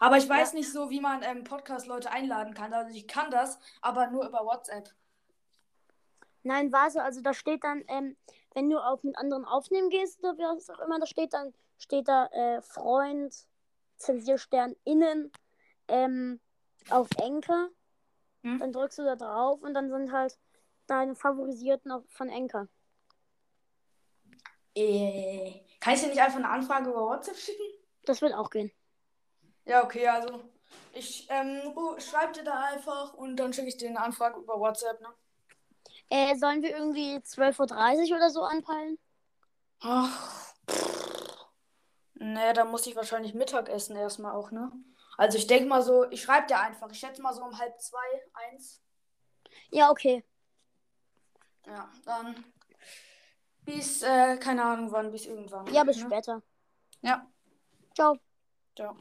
Aber ich weiß nicht so, wie man ähm, Podcast-Leute einladen kann. Also ich kann das, aber nur über WhatsApp. Nein, war so. Also da steht dann, ähm, wenn du auf mit anderen aufnehmen gehst oder was auch immer, da steht dann, steht da äh, Freund, Zensierstern innen, ähm, auf Enker. Hm? Dann drückst du da drauf und dann sind halt deine Favorisierten auf, von Enker. Äh, kann ich dir nicht einfach eine Anfrage über WhatsApp schicken? Das wird auch gehen. Ja, okay, also ich ähm, ru- schreib dir da einfach und dann schicke ich dir eine Anfrage über WhatsApp, ne? Äh, sollen wir irgendwie 12.30 Uhr oder so anpeilen? Ach, pff. nee, da muss ich wahrscheinlich Mittag essen erstmal auch, ne? Also ich denke mal so, ich schreibe dir einfach. Ich schätze mal so um halb zwei, eins. Ja, okay. Ja, dann bis, äh, keine Ahnung wann, bis irgendwann. Ja, bis ne? später. Ja. Ciao. Ciao.